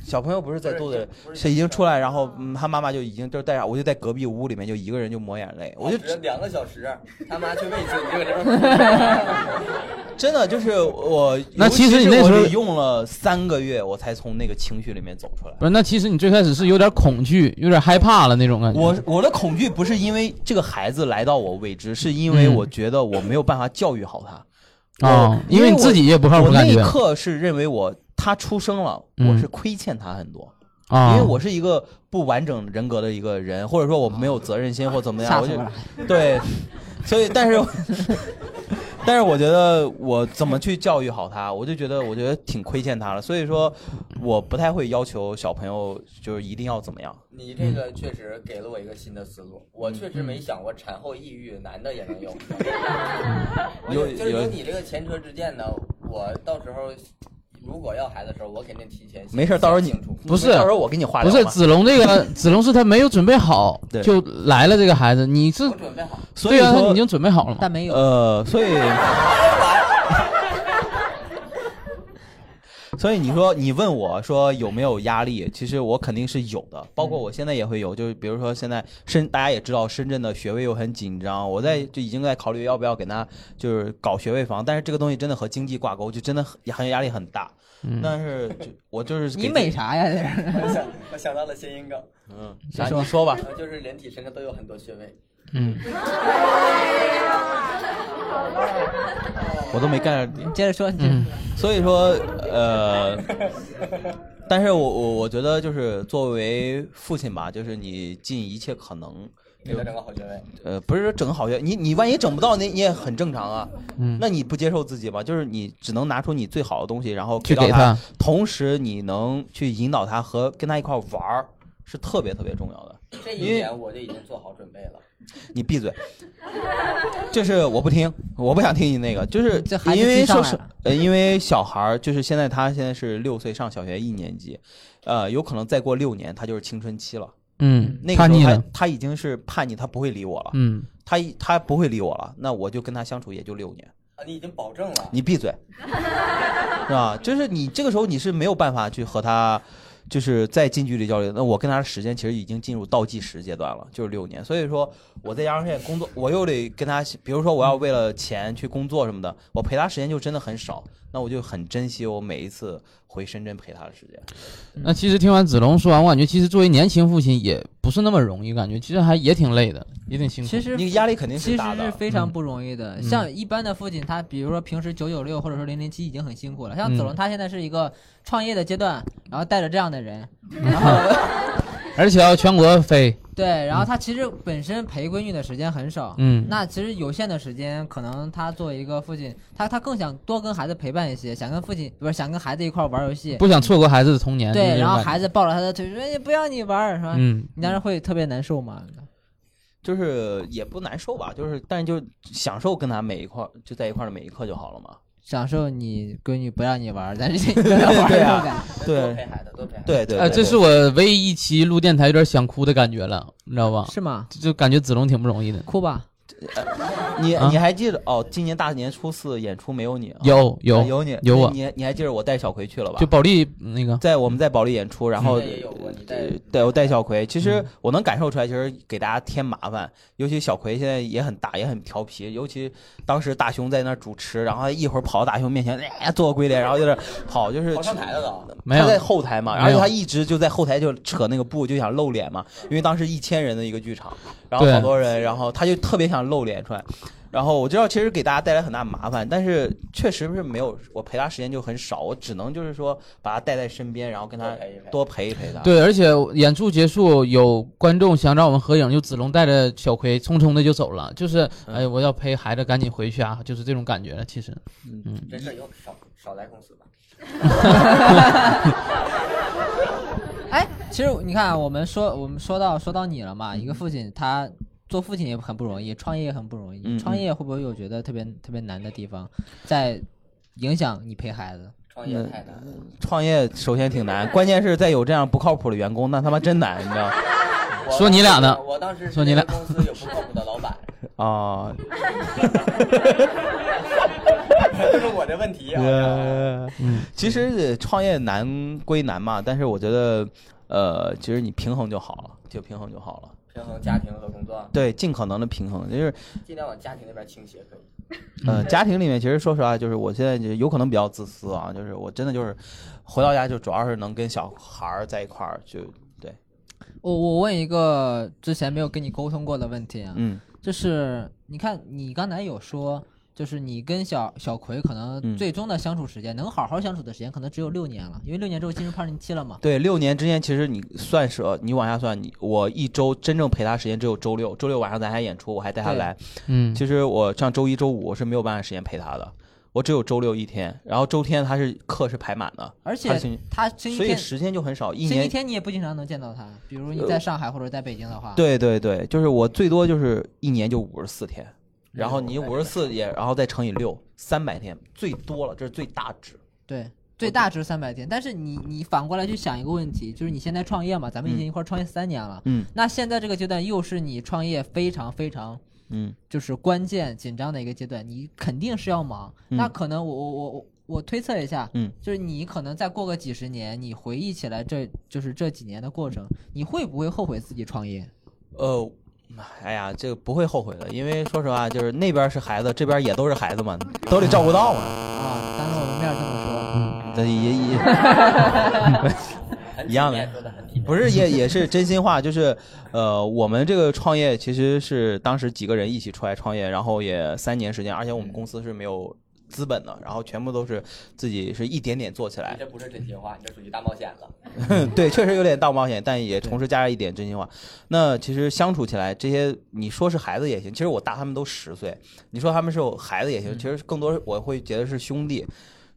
小朋友不是在肚子里，是已经出来，然后嗯，他妈妈就已经就带上，我就在隔壁屋里面就一个人就抹眼泪，我就只两个小时，他妈去喂去，你搁这儿。 真的就是我，那尤其其实你是那时候我得用了三个月，我才从那个情绪里面走出来。不是，那其实你最开始是有点恐惧，有点害怕了那种感觉。我我的恐惧不是因为这个孩子来到我位置，是因为嗯我觉得我没有办法教育好他。啊我因为你我自己也不靠谱我那感一觉刻是认为我他出生了，嗯我是亏欠他很多。啊因为我是一个不完整人格的一个人，或者说我没有责任心或怎么样，吓我死就我了对，所以但是 但是我觉得我怎么去教育好他，我就觉得我觉得挺亏欠他了，所以说我不太会要求小朋友就是一定要怎么样。你这个确实给了我一个新的思路，我确实没想过产后抑郁男的也能有。我有就就是有有你这个前车之鉴呢，我到时候如果要孩子的时候，我肯定提前。没事，到时候你不是，到时候我给你化疗不嘛。是子龙这个，子龙是他没有准备好对，就来了这个孩子。你是准备好，所以对啊，说他已经准备好了嘛？但没有，呃，所以。 所以你说你问我说有没有压力，其实我肯定是有的，包括我现在也会有，就是比如说现在深，大家也知道深圳的学位又很紧张，我在就已经在考虑要不要给他就是搞学位房，但是这个东西真的和经济挂钩，就真的很很压力很大。嗯但是就我就是你给美啥呀？这是我想 我想到了谐音梗，嗯，谁啥说你说吧，呃就是人体身上都有很多穴位。嗯，我都没 get 你接着说，你接着说所以说，呃，但是我我我觉得就是作为父亲吧，就是你尽一切可能，给他整个好穴位，呃，不是说整个好学，你你万一整不到，那你也很正常啊。嗯那你不接受自己吗？就是你只能拿出你最好的东西，然后去到给他他，同时你能去引导他和跟他一块儿玩儿，是特别特别重要的。这一点我就已经做好准备了。你闭嘴。就是我不听，我不想听你那个，就是这孩子因为气上说来是了呃，因为小孩儿就是现在他现在是六岁上小学一年级，呃，有可能再过六年他就是青春期了。嗯那，个叛时候逆他了，他已经是叛逆，他不会理我了，嗯，他他不会理我了，那我就跟他相处也就六年。啊，你已经保证了。你闭嘴，是吧？就是你这个时候你是没有办法去和他，就是再近距离交流。那我跟他的时间其实已经进入倒计时阶段了，就是六年。所以说，我再加上现在工作，我又得跟他，比如说我要为了钱去工作什么的，我陪他时间就真的很少。那我就很珍惜我每一次回深圳陪他的时间。那其实听完子龙说完，我感觉其实作为年轻父亲也不是那么容易，感觉其实还也挺累的，也挺辛苦。 其实你压力肯定其是大实是的。嗯非常不容易的。像一般的父亲，他比如说平时九九六或者说零零七已经很辛苦了，像子嗯龙他现在是一个创业的阶段，然后带着这样的人，然后而且要全国飞，对，然后他其实本身陪闺女的时间很少。嗯，那其实有限的时间，可能他作为一个父亲，他他更想多跟孩子陪伴一些，想跟父亲不是想跟孩子一块儿玩儿游戏，不想错过孩子的童年。对，然后还孩子抱着他的腿说：“哎，不要你玩儿，是吧？”嗯，你当时会特别难受吗？就是也不难受吧，就是但就享受跟他每一块儿就在一块儿的每一刻就好了嘛。享受你闺女不让你玩儿，但 是你都要玩儿对那种啊感觉。多对陪孩子，多陪孩子。对对，呃，对这对是我唯一一期录电台有点想哭的感觉了，你知道吧？是吗？就就感觉子龙挺不容易啊的。哭吧。你啊你还记得哦？今年大年初四演出没有你啊？有有啊有你有我你你还记得我带小葵去了吧？啊就保利那个，在我们在保利演出，然后现在也有过你带呃对我带小葵，其嗯实我能感受出来，其实给大家添麻烦，尤其小葵现在也很大，也很调皮，尤其当时大雄在那儿主持，然后他一会儿跑到大雄面前，哎，做个鬼脸，然后就是跑，就是跑上台了都。没有他在后台嘛，没然后有他一直就在后台就扯那个布，就想露脸嘛，因为当时一千人的一个剧场，然后对好多人，然后他就特别想露脸出来。然后我知道，其实给大家带来很大麻烦，但是确实是没有我陪他时间就很少，我只能就是说把他带在身边，然后跟他多多陪陪一陪一陪他。，对，而且演出结束，有观众想找我们合影，就子龙带着小葵匆匆的就走了，就是嗯哎，我要陪孩子赶紧回去啊，就是这种感觉了。其实，这事儿以后少少来公司吧。哎，其实你看啊，我们说我们说到说到你了嘛，一个父亲他做父亲也很不容易，创业也很不容易。嗯嗯创业会不会有觉得特别特别难的地方，在影响你陪孩子？创嗯业太难了，创业首先挺难，关键是在有这样不靠谱的员工，那他妈真难，你知道吗我说你俩呢我当时说你俩是公司有不靠谱的老板，啊？ 就是我我的问题啊。呃，其实呃创业难归难嘛，但是我觉得，呃，其实你平衡就好了，就平衡就好了。平衡家庭和工作，啊对，尽可能的平衡，就是尽量往家庭那边倾斜，可以。呃，家庭里面其实说实话，就是我现在就是有可能比较自私啊，就是我真的就是回到家就主要是能跟小孩儿在一块儿，就对，我我问一个之前没有跟你沟通过的问题啊，嗯就是你看你刚才有说，就是你跟小小葵可能嗯最终的相处时间，能好好相处的时间可能只有六年了，因为六年之后进入叛逆期了嘛。对，六年之间其实你算是呃你往下算，你我一周真正陪他时间只有周六，周六晚上咱还演出，我还带他对来，嗯，其实我像周一周五我是没有办法时间陪他的，我只有周六一天，然后周天他是课是排满的，而他且星期他星期所以天时间就很少，一星期年。呃天你也不经常能见到他，比如你在上海或者在北京的话，，对对对，就是我最多就是一年就五十四天，然后你五十四也，然后再乘以六，三百天最多了，这是最大值。对，哦最大值三百天。但是你你反过来去想一个问题，就是你现在创业嘛，咱们已经一块儿创业三年了，嗯那现在这个阶段又是你创业非常非常嗯就是关键紧张的一个阶段，你肯定是要忙。嗯那可能我我我我我推测一下，嗯，就是你可能再过个几十年，你回忆起来这就是这几年的过程，你会不会后悔自己创业？呃，哎呀，这个不会后悔的，因为说实话，就是那边是孩子，这边也都是孩子嘛，都得照顾到嘛，啊，当着我们面这么说，这也也很一样体面的说的很体面不是也 也是真心话，就是呃，我们这个创业其实是当时几个人一起出来创业，然后也三年时间，而且我们公司是没有资本的，然后全部都是自己是一点点做起来你。这不是真心话，你这属于大冒险了。 对，确实有点大冒险，但也同时加上一点真心话。那其实相处起来，这些你说是孩子也行，其实我大他们都十岁，你说他们是我孩子也行，其实更多我会觉得是兄弟。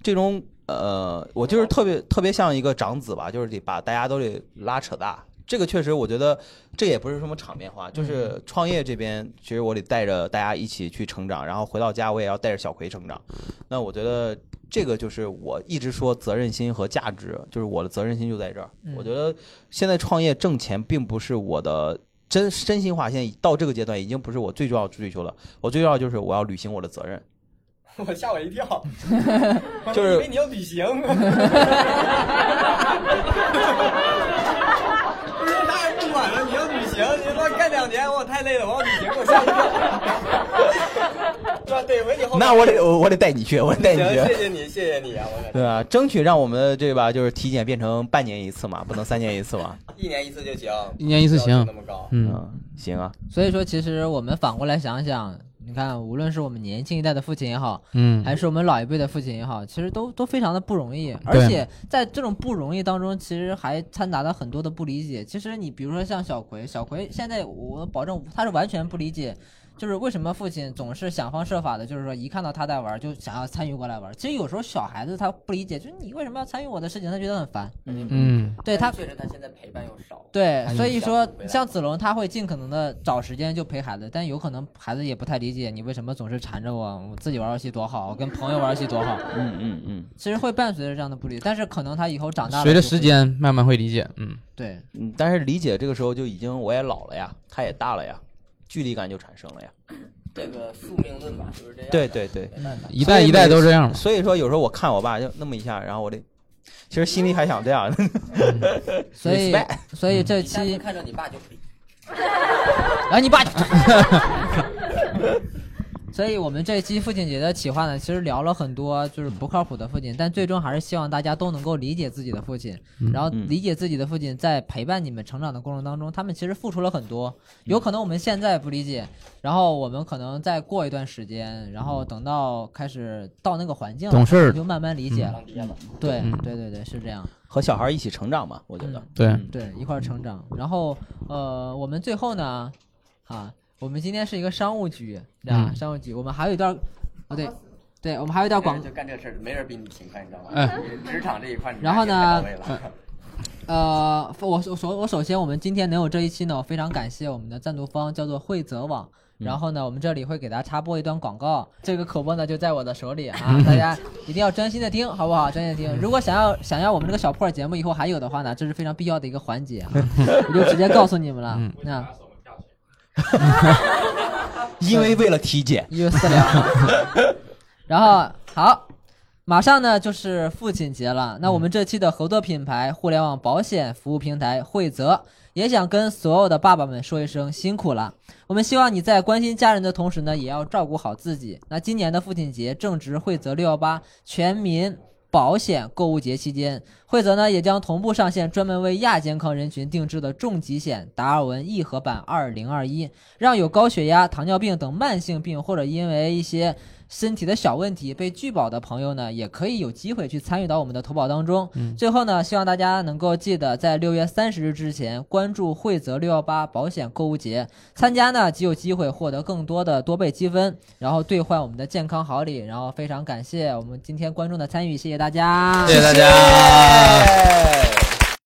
这种呃，我就是特别特别像一个长子吧，就是得把大家都得拉扯大。这个确实，我觉得这也不是什么场面话，就是创业这边，其实我得带着大家一起去成长，然后回到家我也要带着小葵成长。那我觉得这个就是我一直说责任心和价值，就是我的责任心就在这儿。嗯我觉得现在创业挣钱并不是我的真真心话，现在到这个阶段已经不是我最重要的追求了。我最重要的就是我要履行我的责任。 我吓我一跳，就是我以为你要旅行。 不是，那人不管了，你要旅行，你他妈干两年，我太累了，我要旅行，给我吓一 跳。对吧？得回你后面。那我得我我得带你去，我得带你行，谢去。谢你，谢谢你啊！我感觉对啊，争取让我们的这吧，就是体检变成半年一次嘛，不能三年一次 嘛。一年一次就行，一年一次行不要求那么高。嗯，嗯，行啊，所以说其实我们反过来想想，你看，无论是我们年轻一代的父亲也好，嗯，哎还是我们老一辈的父亲也好，其实都都非常的不容易，而对且在这种不容易当中，其实还掺杂了很多的不理解。其实你比如说像小葵，小葵现在我保证他是完全不理解，就是为什么父亲总是想方设法的，就是说一看到他在玩就想要参与过来玩。其实有时候小孩子他不理解，就是你为什么要参与我的事情，他觉得很烦。嗯，对他但确实他现在陪伴又少。对，所以想说回来像子龙，他会尽可能的找时间就陪孩子，但有可能孩子也不太理解你为什么总是缠着我，我自己玩游戏多好，我跟朋友玩游戏多好，嗯嗯嗯其实会伴随着这样的不理，但是可能他以后长大了嗯随着就会时，间慢慢会理解，嗯，对，嗯，但是理解这个时候就已经我也老了呀，他也大了呀，距离感就产生了呀。这个宿命论吧，就是这样。对，对对，没办法。一代一代都这样嘛，所以说有时候我看我爸就那么一下，然后我得，其实心里还想这样。 所以 Respect 所以这嗯你下次期，看着你爸就吹，然后你爸就， 所以我们这期父亲节的企划呢，其实聊了很多就是不靠谱的父亲，但最终还是希望大家都能够理解自己的父亲，嗯然后理解自己的父亲在陪伴你们成长的过程当中，他们其实付出了很多，有可能我们现在不理解，然后我们可能再过一段时间，然后等到开始到那个环境了懂事儿你就慢慢理解了当，爹了。对嗯对对对，是这样。和小孩一起成长嘛，我觉得。嗯对，对，一块儿成长。然后呃，我们最后呢，啊，我们今天是一个商务局，对吧？嗯商务局，我们还有一段，哦对，对，我们还有一段广没人，就干这事儿，没人比你勤快，你知道吗？哎职场这一块，你然后呢太到位 了呃，我首首我首先我们今天能有这一期呢，我非常感谢我们的赞助方叫做惠泽网。然后呢，我们这里会给大家插播一段广告，这个口播呢就在我的手里啊，大家一定要专心的听，好不好？专心的听。如果想要想要我们这个小破节目以后还有的话呢，这是非常必要的一个环节啊，我就直接告诉你们了。那因为为了体 检，一九四零。然后好，马上呢就是父亲节了，那我们这期的合作品牌互联网保险服务平台惠泽也想跟所有的爸爸们说一声辛苦了。我们希望你在关心家人的同时呢，也要照顾好自己。那今年的父亲节正值惠泽六幺八全民保险购物节期间，惠泽呢也将同步上线专门为亚健康人群定制的重疾险达尔文一合版二零二一，让有高血压、糖尿病等慢性病或者因为一些身体的小问题被拒保的朋友呢，也可以有机会去参与到我们的投保当中。最后呢，希望大家能够记得在六月三十日之前关注惠泽六幺八保险购物节，参加呢即有机会获得更多的多倍积分，然后兑换我们的健康好礼。然后非常感谢我们今天观众的参与，谢谢大家，谢谢大家。哎